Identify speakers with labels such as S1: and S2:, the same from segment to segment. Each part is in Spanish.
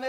S1: de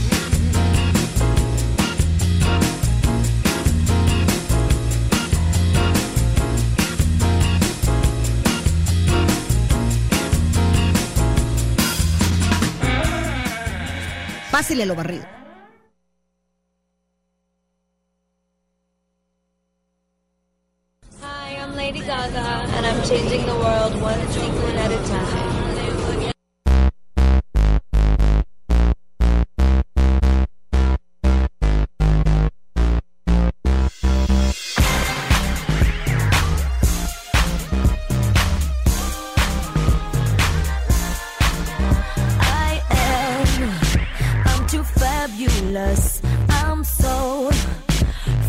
S2: Pásele lo barrido.
S3: Hi, I'm Lady Gaga, and I'm changing the world one sequin at a time. I am. I'm too fabulous. I'm so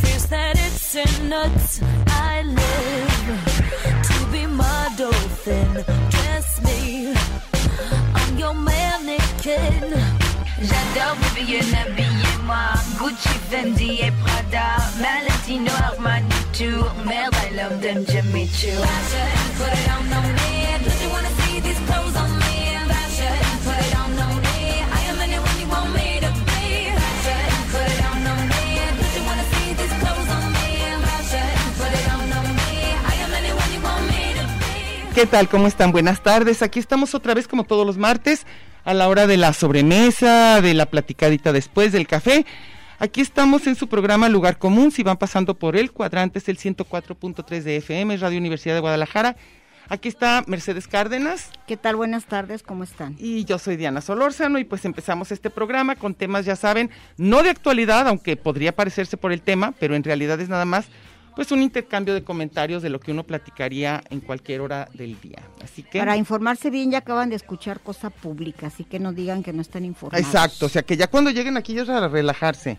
S3: fierce that it's in nuts. I live to be model thin. Dress me. I'm your mannequin.
S4: J'adore Vivienne habillée, moi Gucci, Fendi et Prada Valentino, Armani, Tour Merde, I love them, Jimmy Choo Bash it and put it on, on me Don't you wanna see these clothes on me? Bash it and put it on, on me I am anyone you want me to be Bash it and put it on, on me Don't you wanna see these clothes on me? Bash it and put it on, on me I am anyone you want me to be
S5: ¿Qué tal? ¿Cómo están? Buenas tardes. Aquí estamos otra vez como todos los martes a la hora de la sobremesa, de la platicadita después, del café. Aquí estamos en su programa Lugar Común. Si van pasando por el cuadrante, es el 104.3 de FM, Radio Universidad de Guadalajara. Aquí está Mercedes Cárdenas
S2: ¿Qué tal? Buenas tardes, ¿cómo están?
S5: y yo soy Diana Solórzano y pues empezamos este programa con temas, ya saben, no de actualidad, aunque podría parecerse por el tema, pero en realidad es nada más pues un intercambio de comentarios de lo que uno platicaría en cualquier hora del día. Así que...
S2: Para informarse bien, ya acaban de escuchar cosa pública, así que no digan que no están informados.
S5: Exacto, o sea que ya cuando lleguen aquí ya es para relajarse.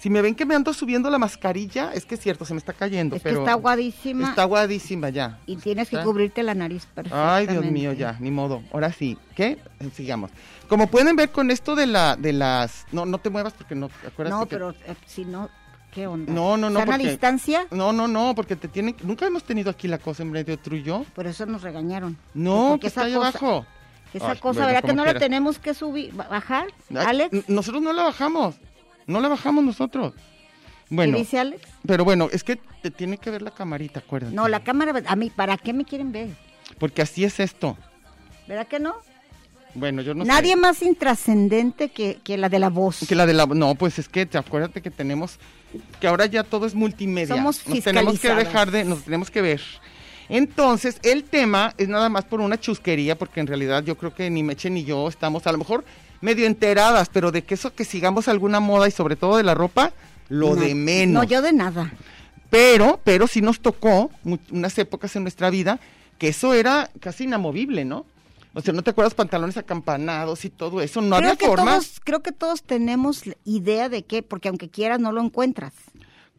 S5: Si me ven que me ando subiendo la mascarilla, es que es cierto, se me está cayendo.
S2: Es que
S5: pero
S2: está aguadísima
S5: Está aguadísima ya.
S2: y tienes que
S5: Está-
S2: cubrirte la nariz perfectamente.
S5: Ay, Dios mío, ya, ni modo. Ahora sí, ¿qué? Eh, Sigamos. Como pueden ver con esto de la, de las, no, no te muevas porque no, acuérdate
S2: No,
S5: que-
S2: pero eh, si no, ¿qué onda?
S5: No, no, no,
S2: ¿Están
S5: porque-
S2: a distancia?
S5: no, no, no, porque te tienen, que- nunca hemos tenido aquí la cosa en medio tuyo.
S2: Por eso nos regañaron.
S5: No,
S2: Porque
S5: que está
S2: esa
S5: ahí
S2: cosa-
S5: abajo.
S2: que Esa
S5: Ay,
S2: cosa,
S5: bueno,
S2: ¿verdad? Que
S5: como
S2: no la
S5: quieras.
S2: tenemos que subir, ba- bajar,
S5: Ay, n-
S2: Alex.
S5: Nosotros no la bajamos, no la bajamos nosotros.
S2: ¿Qué
S5: Bueno,
S2: dice Alex?
S5: pero bueno, es que te tiene que ver la camarita, acuérdate.
S2: No, la cámara, a mí, ¿para qué me quieren ver?
S5: Porque así es esto.
S2: ¿Verdad que no?
S5: Bueno, yo no sé.
S2: Nadie más intrascendente que, que la de la voz.
S5: Que la de la... No, pues es que te acuérdate que tenemos... Que ahora ya todo es multimedia.
S2: Somos
S5: Nos tenemos que
S2: fiscalizadas.
S5: dejar de... Nos tenemos que ver. Entonces, el tema es nada más por una chusquería, porque en realidad yo creo que ni Meche ni yo estamos a lo mejor medio enteradas, pero de que eso que sigamos alguna moda y sobre todo de la ropa, lo
S2: No,
S5: de menos.
S2: No, yo de nada.
S5: Pero, pero sí nos tocó mu- unas épocas en nuestra vida que eso era casi inamovible, ¿no? O sea, ¿no te acuerdas pantalones acampanados y todo eso? No
S2: creo
S5: había
S2: que
S5: forma.
S2: todos, creo que todos tenemos la idea de qué, porque aunque quieras no lo encuentras.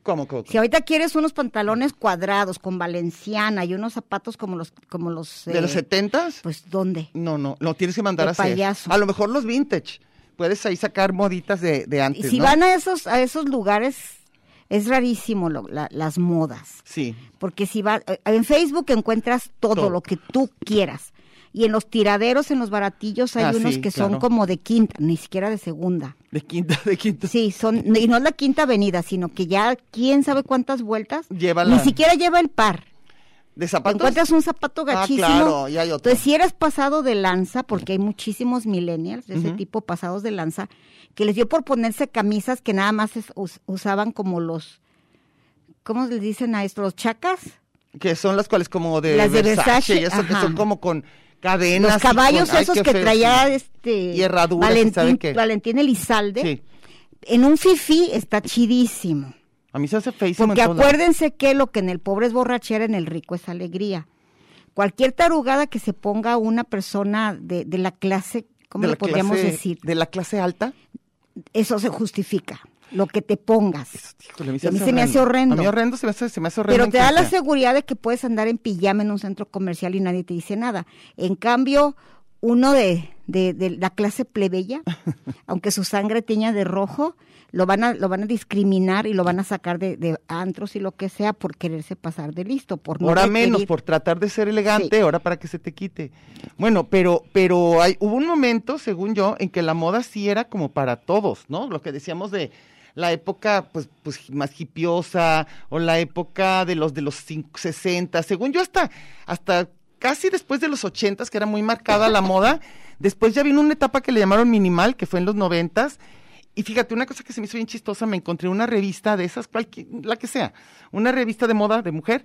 S5: ¿Cómo, cómo,
S2: Si ahorita quieres unos pantalones cuadrados con valenciana y unos zapatos como los como los
S5: ¿De
S2: eh,
S5: los setentas?
S2: pues dónde?
S5: No, no, lo tienes que mandar
S2: De
S5: a hacer.
S2: payaso.
S5: A lo mejor los vintage. Puedes ahí sacar moditas de, de
S2: Y
S5: antes,
S2: si
S5: ¿no?
S2: van a esos a esos lugares es rarísimo lo- la- las modas,
S5: Sí,
S2: porque si va eh, en Facebook encuentras todo,
S5: Todo.
S2: lo que tú quieras. Y en los tiraderos, en los baratillos hay
S5: Ah,
S2: unos
S5: sí,
S2: que son
S5: claro.
S2: como de quinta, ni siquiera de segunda.
S5: de quinta, de quinta.
S2: Sí, son, y no es la quinta avenida, sino que ya quién sabe cuántas vueltas.
S5: Lleva
S2: Ni
S5: la-
S2: siquiera lleva el par. Te
S5: ¿De zapatos?
S2: encuentras un zapato
S5: Ah,
S2: gachísimo.
S5: claro, y hay otro.
S2: Entonces, si eres pasado de lanza, porque hay muchísimos millennials de ese tipo pasados de lanza, que les dio por ponerse camisas que nada más es- us- usaban como los. ¿Cómo les dicen a esto? ¿Los chacas?
S5: Que son las cuales como de
S2: Las de Versace,
S5: y eso que
S2: ajá.
S5: son como con cadenas.
S2: Los
S5: y con-
S2: caballos
S5: ay,
S2: esos
S5: qué
S2: que
S5: feo,
S2: traía
S5: sí.
S2: este.
S5: Y herraduras, ¿y
S2: Valentín,
S5: sabe qué?
S2: Valentín Elizalde.
S5: Sí.
S2: En un fifí está chidísimo.
S5: A mí se hace feísimo.
S2: Porque
S5: en todos lados.
S2: acuérdense que lo que en el pobre es borrachera, en el rico es alegría. Cualquier tarugada que se ponga una persona de, de la clase, ¿cómo
S5: De
S2: le
S5: la
S2: podríamos
S5: clase-
S2: decir?
S5: De la clase alta.
S2: Eso se justifica, lo que te pongas.
S5: Híjole, a mí
S2: Y a mí se me hace horrendo.
S5: A mí horrendo se me hace, se me hace horrendo.
S2: Pero te da
S5: en
S2: la
S5: cualquier-
S2: seguridad de que puedes andar en pijama en un centro comercial y nadie te dice nada. En cambio, uno de, de- de la clase plebeya, aunque su sangre teña de rojo, lo van a, lo van a discriminar y lo van a sacar de, de antros y lo que sea por quererse pasar de listo, por no
S5: Ahora
S2: requerir-
S5: menos, por tratar de ser elegante,
S2: Sí.
S5: ahora para que se te quite. Bueno, pero, pero hay, hubo un momento, según yo, en que la moda sí era como para todos, ¿no? Lo que decíamos de la época pues, pues más hipiosa o la época de los de los cin- 60, según yo hasta hasta casi después de los 80 que era muy marcada la moda, después ya vino una etapa que le llamaron minimal, que fue en los 90 y fíjate, una cosa que se me hizo bien chistosa, me encontré una revista de esas, cualqui- la que sea, una revista de moda de mujer,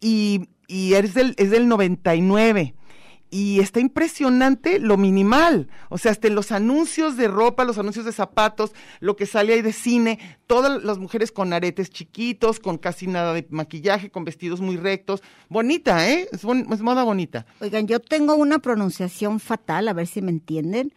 S5: y, y es, del, es del 99. Y está impresionante lo minimal. O sea, hasta en los anuncios de ropa, los anuncios de zapatos, lo que sale ahí de cine, todas las mujeres con aretes chiquitos, con casi nada de maquillaje, con vestidos muy rectos. Bonita, ¿eh? Es, bon- es moda bonita.
S2: Oigan, yo tengo una pronunciación fatal, a ver si me entienden,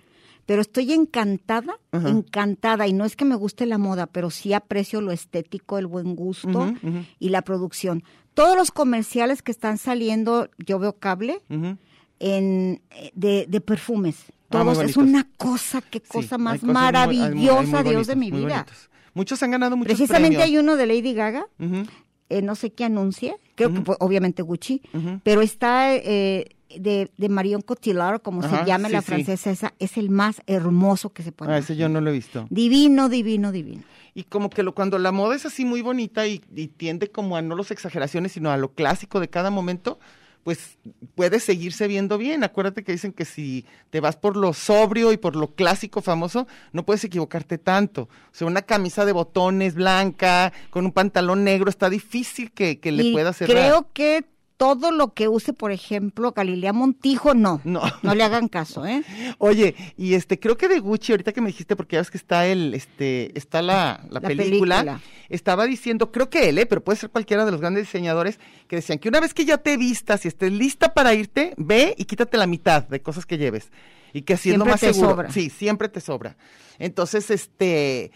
S2: pero estoy encantada,
S5: Ajá.
S2: encantada, y no es que me guste la moda, pero sí aprecio lo estético, el buen gusto
S5: Ujú, ujú.
S2: y la producción. Todos los comerciales que están saliendo, yo veo cable,
S5: Ujú.
S2: en, eh, de, de perfumes.
S5: Ah,
S2: Todos,
S5: muy
S2: es
S5: bonitos.
S2: una cosa, qué
S5: Sí,
S2: cosa
S5: hay
S2: más
S5: cosas muy- hay muy- hay
S2: maravillosa,
S5: muy
S2: Dios de
S5: bonitos,
S2: mi
S5: muy
S2: vida.
S5: bonitos. Muchos han ganado muchos
S2: Precisamente hay
S5: premios.
S2: uno de Lady Gaga,
S5: Ujú.
S2: eh, no sé qué anuncia, creo que pues, obviamente Gucci,
S5: Ujú.
S2: pero está eh, de, de Marion Cotillard, como
S5: Ajá,
S2: se llame
S5: sí,
S2: la
S5: sí.
S2: francesa esa, es el más hermoso que se puede.
S5: Ah,
S2: imaginar.
S5: ese yo no lo he visto.
S2: Divino, divino, divino.
S5: Y como que lo, cuando la moda es así muy bonita y, y tiende como a no las exageraciones, sino a lo clásico de cada momento, pues puede seguirse viendo bien. Acuérdate que dicen que si te vas por lo sobrio y por lo clásico famoso, no puedes equivocarte tanto. O sea, una camisa de botones blanca, con un pantalón negro, está difícil que, que le
S2: Y
S5: pueda cerrar.
S2: Creo que todo lo que use, por ejemplo, Galilea Montijo, no.
S5: No.
S2: le hagan caso, ¿eh?
S5: Oye, y este, creo que de Gucci, ahorita que me dijiste, porque ya ves que está el, este, está la,
S2: La
S5: la película,
S2: película.
S5: estaba diciendo, creo que él, ¿eh? pero puede ser cualquiera de los grandes diseñadores, que decían que una vez que ya te vistas y estés lista para irte, ve y quítate la mitad de cosas que lleves. Y que así es lo
S2: Siempre
S5: más
S2: te
S5: seguro.
S2: sobra.
S5: Sí, siempre te sobra. Entonces, este,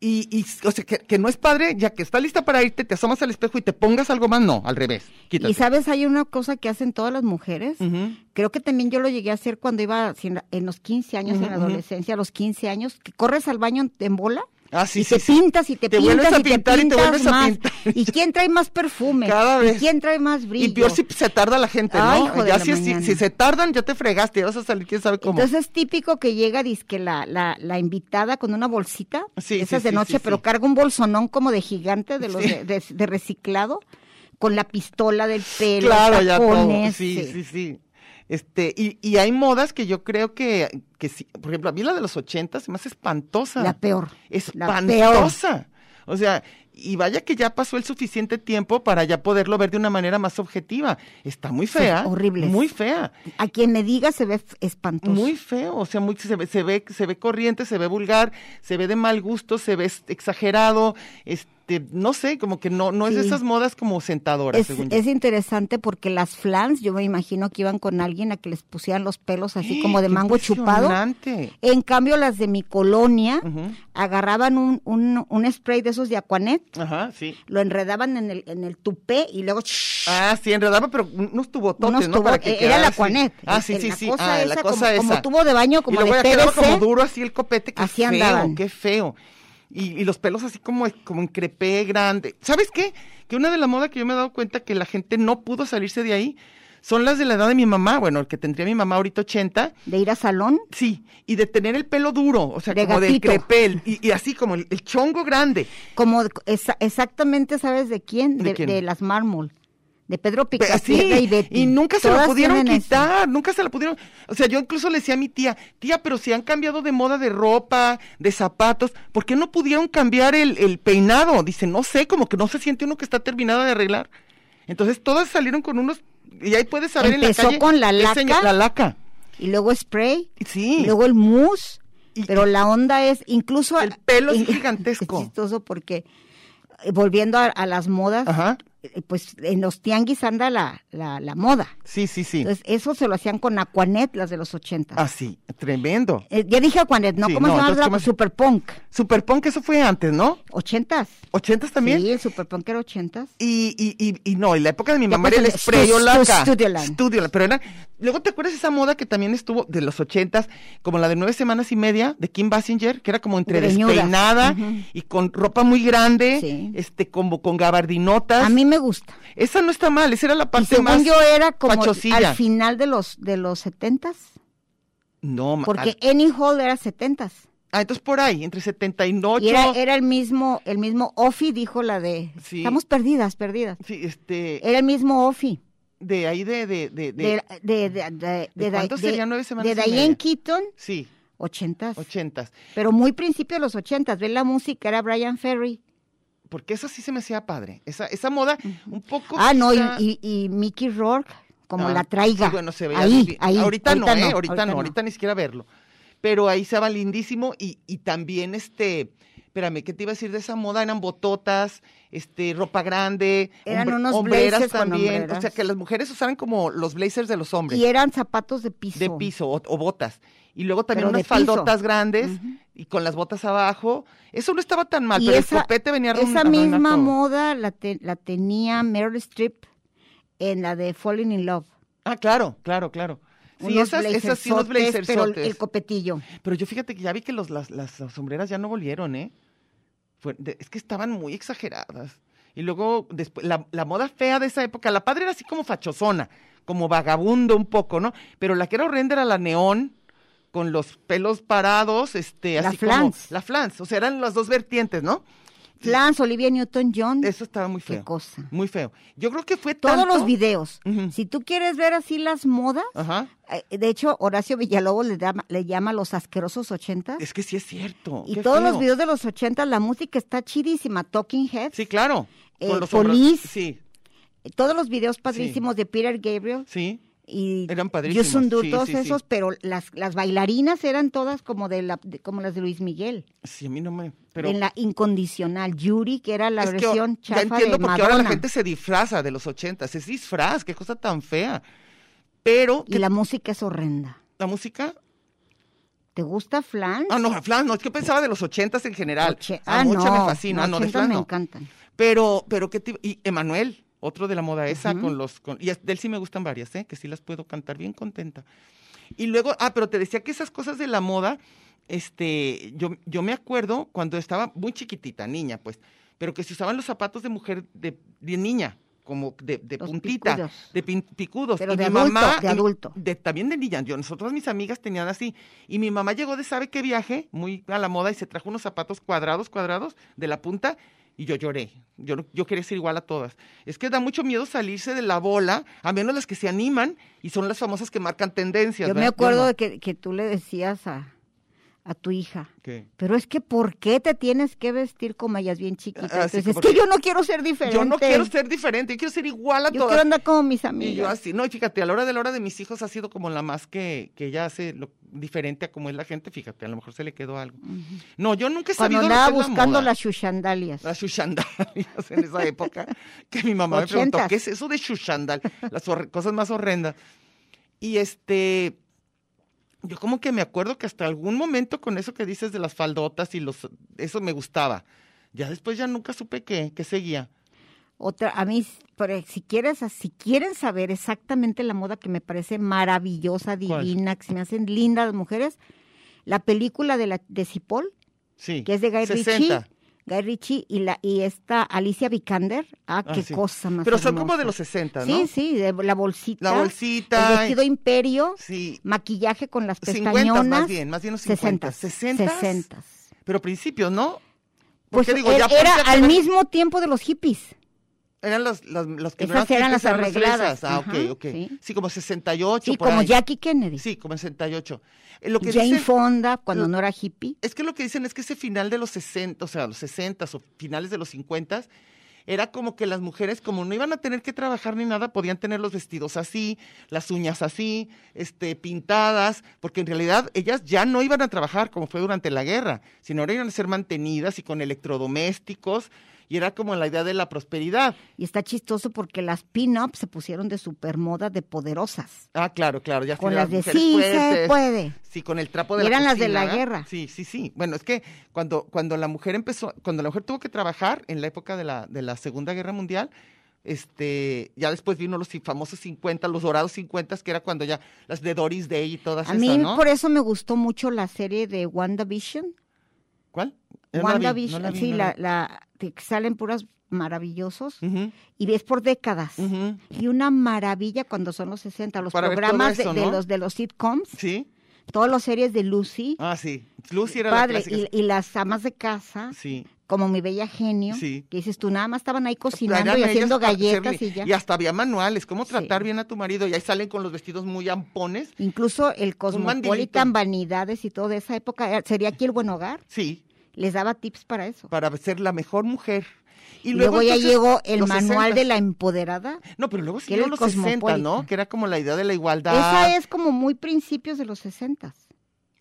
S5: y, y o sea, que, que no es padre, ya que está lista para irte, te asomas al espejo y te pongas algo más, no, al revés, quítate.
S2: Y sabes, hay una cosa que hacen todas las mujeres.
S5: Ujú.
S2: Creo que también yo lo llegué a hacer cuando iba si en la- en los 15 años, en
S5: Ujú,
S2: la
S5: ujú.
S2: adolescencia, a los 15 años, que corres al baño en- en bola.
S5: Ah, sí,
S2: y
S5: sí,
S2: te
S5: sí.
S2: pintas y te,
S5: Te
S2: pintas
S5: vuelves a
S2: y te
S5: pintar y te
S2: pintas
S5: vuelves a
S2: más.
S5: pintar.
S2: ¿Y quién trae más perfume?
S5: Cada
S2: ¿Y
S5: vez.
S2: quién trae más brillo?
S5: Y peor si se tarda la gente,
S2: Ay,
S5: ¿no?
S2: hijo de
S5: ya
S2: la
S5: si, si,
S2: mañana.
S5: si se tardan, ya te fregaste, ya vas a salir quién sabe cómo.
S2: Entonces es típico que llega dizque la, la, la invitada con una bolsita,
S5: Sí, sí,
S2: esas
S5: sí,
S2: de noche,
S5: sí,
S2: pero
S5: sí.
S2: carga un bolsonón como de gigante de los
S5: Sí.
S2: de, de- de reciclado, con la pistola del pelo,
S5: claro, ya todo.
S2: tacones,
S5: Sí,
S2: sí.
S5: sí, sí. Este, y, y hay modas que yo creo que, que sí. Por ejemplo, a mí la de los 80 se me hace espantosa.
S2: La peor. La peor.
S5: espantosa. O sea, y vaya que ya pasó el suficiente tiempo para ya poderlo ver de una manera más objetiva. Está muy
S2: Sí,
S5: fea.
S2: horribles.
S5: Muy fea.
S2: A quien me diga se ve f- espantoso.
S5: Muy feo, o sea, muy, se, ve, se, ve, se ve corriente, se ve vulgar, se ve de mal gusto, se ve es- exagerado, este, no sé, como que no, no es de
S2: Sí.
S5: esas modas como sentadoras,
S2: es,
S5: según yo.
S2: es interesante porque las flans, yo me imagino que iban con alguien a que les pusieran los pelos así como de
S5: ¡Eh, ¡Qué
S2: mango chupado.
S5: impresionante!
S2: En cambio, las de mi colonia
S5: Ujú.
S2: agarraban un, un, un spray de esos de Aquanet,
S5: Ajá, sí.
S2: lo enredaban en el, en el tupé y luego shhh,
S5: Ah, sí, enredaba, pero unos tubototes,
S2: unos
S5: ¿no?
S2: tubos.
S5: Para que
S2: Eh, era
S5: quedara
S2: la
S5: así.
S2: Aquanet.
S5: Ah, sí,
S2: El-
S5: sí,
S2: la
S5: sí.
S2: cosa
S5: ah,
S2: esa
S5: la cosa
S2: como, como
S5: esa.
S2: tubo de baño, como
S5: y luego
S2: de
S5: ya quedaba
S2: PVC.
S5: como duro así el copete, qué
S2: Así
S5: feo,
S2: andaban.
S5: qué feo. Y, y los pelos así como, como en crepé grande. ¿Sabes qué? Que una de las modas que yo me he dado cuenta que la gente no pudo salirse de ahí son las de la edad de mi mamá, bueno, el que tendría mi mamá ahorita 80,
S2: De ir a salón.
S5: sí, y de tener el pelo duro, o sea,
S2: De
S5: como del
S2: gatito.
S5: crepé, el- y, y así como el, el chongo grande.
S2: Como de- esa- exactamente, ¿sabes de quién?
S5: ¿De
S2: De,
S5: quién?
S2: de las mármol. De Pedro
S5: Pe-
S2: Picapiedra
S5: así,
S2: y Betty.
S5: y nunca se lo
S2: Todas
S5: pudieron
S2: tienen eso.
S5: quitar, nunca se la pudieron. O sea, yo incluso le decía a mi tía, tía, pero si han cambiado de moda de ropa, de zapatos, ¿por qué no pudieron cambiar el, el peinado? Dice, no sé, como que no se siente uno que está terminada de arreglar. Entonces todas salieron con unos, y ahí puedes saber
S2: Empezó
S5: en la calle.
S2: con la
S5: el
S2: laca.
S5: señor- la laca.
S2: Y luego spray.
S5: Sí.
S2: y luego el mousse,
S5: Y-
S2: pero la onda es incluso
S5: El pelo es
S2: in-
S5: gigantesco.
S2: Es chistoso porque eh, volviendo a, a las modas,
S5: Ajá.
S2: eh, pues en los tianguis anda la, la, la moda.
S5: Sí, sí, sí.
S2: Entonces, eso se lo hacían con Aquanet, las de los 80.
S5: Así, tremendo.
S2: Eh, ya dije Aquanet, ¿no?
S5: Sí,
S2: ¿Cómo
S5: no,
S2: se llama?
S5: entonces,
S2: la-
S5: ¿cómo se-
S2: Superpunk.
S5: Superpunk, eso fue antes, ¿no?
S2: ¿80s?
S5: ¿80s también?
S2: Sí, el Superpunk era 80s.
S5: Y, y, y, y no, en la época de mi
S2: Ya
S5: mamá era el
S2: cuando-
S5: spray
S2: Stu-
S5: Olaca.
S2: Stu- Studioline.
S5: Studioline, Pero era, luego te acuerdas esa moda que también estuvo de los ochentas, como la de nueve semanas y media de Kim Basinger, que era como entre
S2: Greñudas.
S5: despeinada
S2: Ujú.
S5: y con ropa muy grande,
S2: Sí.
S5: este, como con gabardinotas.
S2: A mí me gusta.
S5: Esa no está mal, esa era la
S2: Y
S5: Ah, parte más
S2: según yo eh, era como
S5: pachosilla.
S2: al final de los de los 70s,
S5: No, ma-
S2: porque Annie Hall era 70s.
S5: ah, entonces por ahí, entre 78.
S2: Y era, era el mismo el mismo Ofi dijo la de
S5: Sí.
S2: estamos perdidas, perdidas.
S5: Sí, este,
S2: Era el mismo Ofi
S5: de ahí de, de, de, de-
S2: de de de de de-
S5: ¿De cuánto sería nueve semanas
S2: de
S5: y
S2: Diane
S5: media?
S2: Keaton,
S5: sí,
S2: 80s.
S5: ochentas.
S2: Pero muy principio de los 80s, ve la música era Brian Ferry.
S5: Porque esa sí se me hacía padre. Esa, esa moda, un poco.
S2: Ah, no, y,
S5: quizá-
S2: y, y Mickey Rourke como
S5: Ah,
S2: la traiga.
S5: sí, bueno, se veía muy
S2: ahí,
S5: bien.
S2: ahí.
S5: Ahorita, no, ¿eh? Ahorita, no, ahorita ni siquiera verlo. Pero ahí estaba lindísimo y, y también este. Espérame, ¿qué te iba a decir de esa moda? Eran bototas, este, ropa grande,
S2: Eran unos blazers con hombreras.
S5: O sea, que las mujeres usaran como los blazers de los hombres,
S2: Y eran zapatos de piso.
S5: de piso o, o botas. Y luego también
S2: Pero de
S5: unas
S2: piso.
S5: faldotas grandes
S2: Ujú.
S5: y con las botas abajo. Eso no estaba tan mal,
S2: Y
S5: pero
S2: esa-
S5: el copete venía arruin-
S2: Esa
S5: arruinar
S2: misma
S5: todo.
S2: moda la, te- la tenía Meryl Streep en la de Falling in Love.
S5: Ah, claro, claro, claro. Sí,
S2: Unos
S5: esas, esas sí, unos
S2: blazersotes, pero el- el
S5: blazersotes.
S2: copetillo.
S5: Pero yo fíjate que ya vi que los, las, las sombreras ya no volvieron, ¿eh? Fue- de- es que estaban muy exageradas. Y luego, después, la, la moda fea de esa época, la padre era así como fachosona, como vagabundo un poco, ¿no? Pero la que era horrenda era la neón, con los pelos parados, este,
S2: La
S5: así
S2: flans.
S5: como. La flans. O sea, eran las dos vertientes, ¿no?
S2: Flans, Olivia Newton-John.
S5: Eso estaba muy feo.
S2: Qué cosa.
S5: Muy feo. Yo creo que fue
S2: Todos
S5: tanto-
S2: los videos.
S5: Ujú.
S2: Si tú quieres ver así las modas,
S5: Ajá.
S2: eh, de hecho, Horacio Villalobos le llama, le llama los asquerosos ochentas.
S5: Es que sí es cierto.
S2: Y
S5: qué
S2: todos los
S5: feo.
S2: videos de los ochentas, la música está chidísima. Talking Heads.
S5: Sí, claro.
S2: Eh,
S5: con los hombros-
S2: Police.
S5: Sí,
S2: Todos los videos padrísimos de Peter Gabriel.
S5: sí.
S2: y
S5: Eran padrísimos,
S2: Yusun Dur,
S5: sí,
S2: todos
S5: sí, sí.
S2: esos, pero las, las bailarinas eran todas como de la de- como las de Luis Miguel,
S5: Sí, a mí no me. Pero
S2: en la incondicional Yuri, que era la
S5: es que o-
S2: versión
S5: ya
S2: chafa
S5: entiendo
S2: de
S5: porque
S2: Madonna.
S5: ahora la gente se disfraza de los ochentas. Es disfraz, qué cosa tan fea. Pero
S2: Y la música es horrenda.
S5: la música.
S2: ¿Te gusta Flan?
S5: Ah, no, Flan, no, es que pensaba de los ochentas en general.
S2: Oche-
S5: ah,
S2: ah,
S5: mucho
S2: no,
S5: me fascina, ah, no, de
S2: ochentas
S5: Flan
S2: me
S5: no.
S2: encantan.
S5: Pero, pero qué tipo. Y Emanuel, otro de la moda esa, con los. Con, y es- de él sí me gustan varias, ¿eh? Que sí las puedo cantar bien contenta. Y luego, ah, pero te decía que esas cosas de la moda, este, yo, yo me acuerdo cuando estaba muy chiquitita, niña, pues, pero que se usaban los zapatos de mujer de, de niña, como de, de
S2: Los
S5: puntita,
S2: picudos.
S5: de pin- picudos.
S2: Pero
S5: y
S2: de
S5: mi
S2: adulto,
S5: mamá,
S2: de
S5: y-
S2: adulto.
S5: de- también de niña. Yo, nosotros mis amigas tenían así. Y mi mamá llegó de sabe qué viaje, muy a la moda, y se trajo unos zapatos cuadrados, cuadrados, de la punta, y yo lloré. Yo, no- yo quería ser igual a todas. Es que da mucho miedo salirse de la bola, a menos las que se animan, y son las famosas que marcan tendencias.
S2: Yo me
S5: ¿verdad?
S2: acuerdo
S5: no.
S2: de que, que tú le decías a, a tu hija,
S5: ¿Qué?
S2: pero es que ¿por qué te tienes que vestir como ellas bien chiquitas?
S5: Ah, sí,
S2: Entonces, es
S5: porque-
S2: que yo no quiero ser diferente.
S5: Yo no quiero ser diferente, yo quiero ser igual a
S2: Yo
S5: todas.
S2: quiero andar como mis
S5: Y yo
S2: amigas.
S5: así, no, y fíjate, a la hora de la hora de mis hijos ha sido como la más que, que ella hace lo diferente a como es la gente, fíjate, a lo mejor se le quedó algo. No, yo nunca he
S2: Cuando
S5: sabido lo
S2: andaba
S5: que es la
S2: buscando
S5: moda.
S2: las chuchandalias.
S5: Las chuchandalias en esa época, que mi mamá me preguntó,
S2: Ochentas.
S5: ¿qué es eso de chuchandal? Las horre- cosas más horrendas. Y este, yo como que me acuerdo que hasta algún momento con eso que dices de las faldotas y los, eso me gustaba. Ya después ya nunca supe qué, qué seguía.
S2: Otra, a mí, pero si quieres, si quieren saber exactamente la moda que me parece maravillosa,
S5: ¿Cuál?
S2: divina, que se me hacen lindas las mujeres, la película de la de Cipoll,
S5: Sí.
S2: que es de Guy
S5: 60.
S2: Ritchie, Guy Ritchie y la y esta Alicia Vikander, ah,
S5: Ah,
S2: qué
S5: sí.
S2: cosa más.
S5: Pero son como
S2: hermosa.
S5: de los 60, ¿no?
S2: Sí, sí, de la bolsita.
S5: La bolsita.
S2: El vestido imperio,
S5: Sí.
S2: maquillaje con las
S5: 50
S2: pestañonas.
S5: más bien, más bien los 50.
S2: 60.
S5: 60. Pero principios, ¿no?
S2: Pues
S5: Porque digo,
S2: er-
S5: ya
S2: era
S5: ponte a
S2: al
S5: saber-
S2: mismo tiempo de los hippies.
S5: Eran las, las, las que no
S2: Esas eran
S5: fresas,
S2: las arregladas,
S5: fresas. Ah,
S2: ajá,
S5: ok, ok.
S2: sí.
S5: Sí, como 68.
S2: Sí,
S5: por
S2: como
S5: ahí.
S2: Jackie Kennedy.
S5: Sí, como 68. Eh, Lo que
S2: Jane
S5: dicen-
S2: Fonda, cuando
S5: lo-
S2: no era hippie.
S5: Es que lo que dicen es que ese final de los 60, o sea, los 60 o finales de los 50 era como que las mujeres, como no iban a tener que trabajar ni nada, podían tener los vestidos así, las uñas así, este, pintadas, porque en realidad ellas ya no iban a trabajar como fue durante la guerra, sino ahora iban a ser mantenidas y con electrodomésticos Y era como la idea de la prosperidad.
S2: Y está chistoso porque las pin-ups se pusieron de supermoda de poderosas.
S5: Ah, claro, claro, ya
S2: Con
S5: eran
S2: las de
S5: mujeres
S2: sí se
S5: fuertes.
S2: puede.
S5: Sí, con el trapo de
S2: Y
S5: la
S2: eran las de
S5: cocina,
S2: la
S5: ¿verdad?
S2: guerra.
S5: Sí, sí, sí. Bueno, es que cuando, cuando la mujer empezó, cuando la mujer tuvo que trabajar en la época de la, de la Segunda Guerra Mundial, este, ya después vino los famosos 50, los dorados 50, que era cuando ya las de Doris Day y todas
S2: A
S5: esas,
S2: mí
S5: Pues ¿no?
S2: por eso me gustó mucho la serie de WandaVision.
S5: ¿Cuál? Yo no la vi, no
S2: WandaVision,
S5: la vi,
S2: sí,
S5: no
S2: la,
S5: la vi.
S2: la, que salen puras maravillosos
S5: Ujú,
S2: y ves por décadas.
S5: ujú.
S2: Y una maravilla cuando son los 60, los
S5: Para ver todo
S2: programas de-
S5: eso,
S2: de,
S5: ¿no?
S2: los de los sitcoms,
S5: Sí.
S2: todas las series de Lucy,
S5: Ah, sí. Lucy era
S2: padre,
S5: la clásica.
S2: y, y las amas de casa,
S5: Sí.
S2: como mi bella genio,
S5: Sí.
S2: que dices tú, nada más estaban ahí cocinando
S5: Eran
S2: y
S5: ellas
S2: haciendo
S5: para
S2: galletas
S5: hacerle-
S2: y ya.
S5: Y hasta había manuales, cómo
S2: Sí.
S5: tratar bien a tu marido. Y ahí salen con los vestidos muy ampones.
S2: Incluso el Cosmopolitan,
S5: mandilito.
S2: Vanidades y todo de esa época, eh, sería aquí el Buen Hogar,
S5: Sí,
S2: les daba tips para eso.
S5: para ser la mejor mujer.
S2: Y luego, ya
S5: entonces,
S2: llegó el
S5: los
S2: manual de
S5: 60s.
S2: la empoderada.
S5: No, pero luego
S2: que era
S5: siguieron
S2: el
S5: los 60, ¿no?
S2: Cosmopolitan.
S5: Que era como la idea de la igualdad.
S2: Esa es como muy principios de los 60.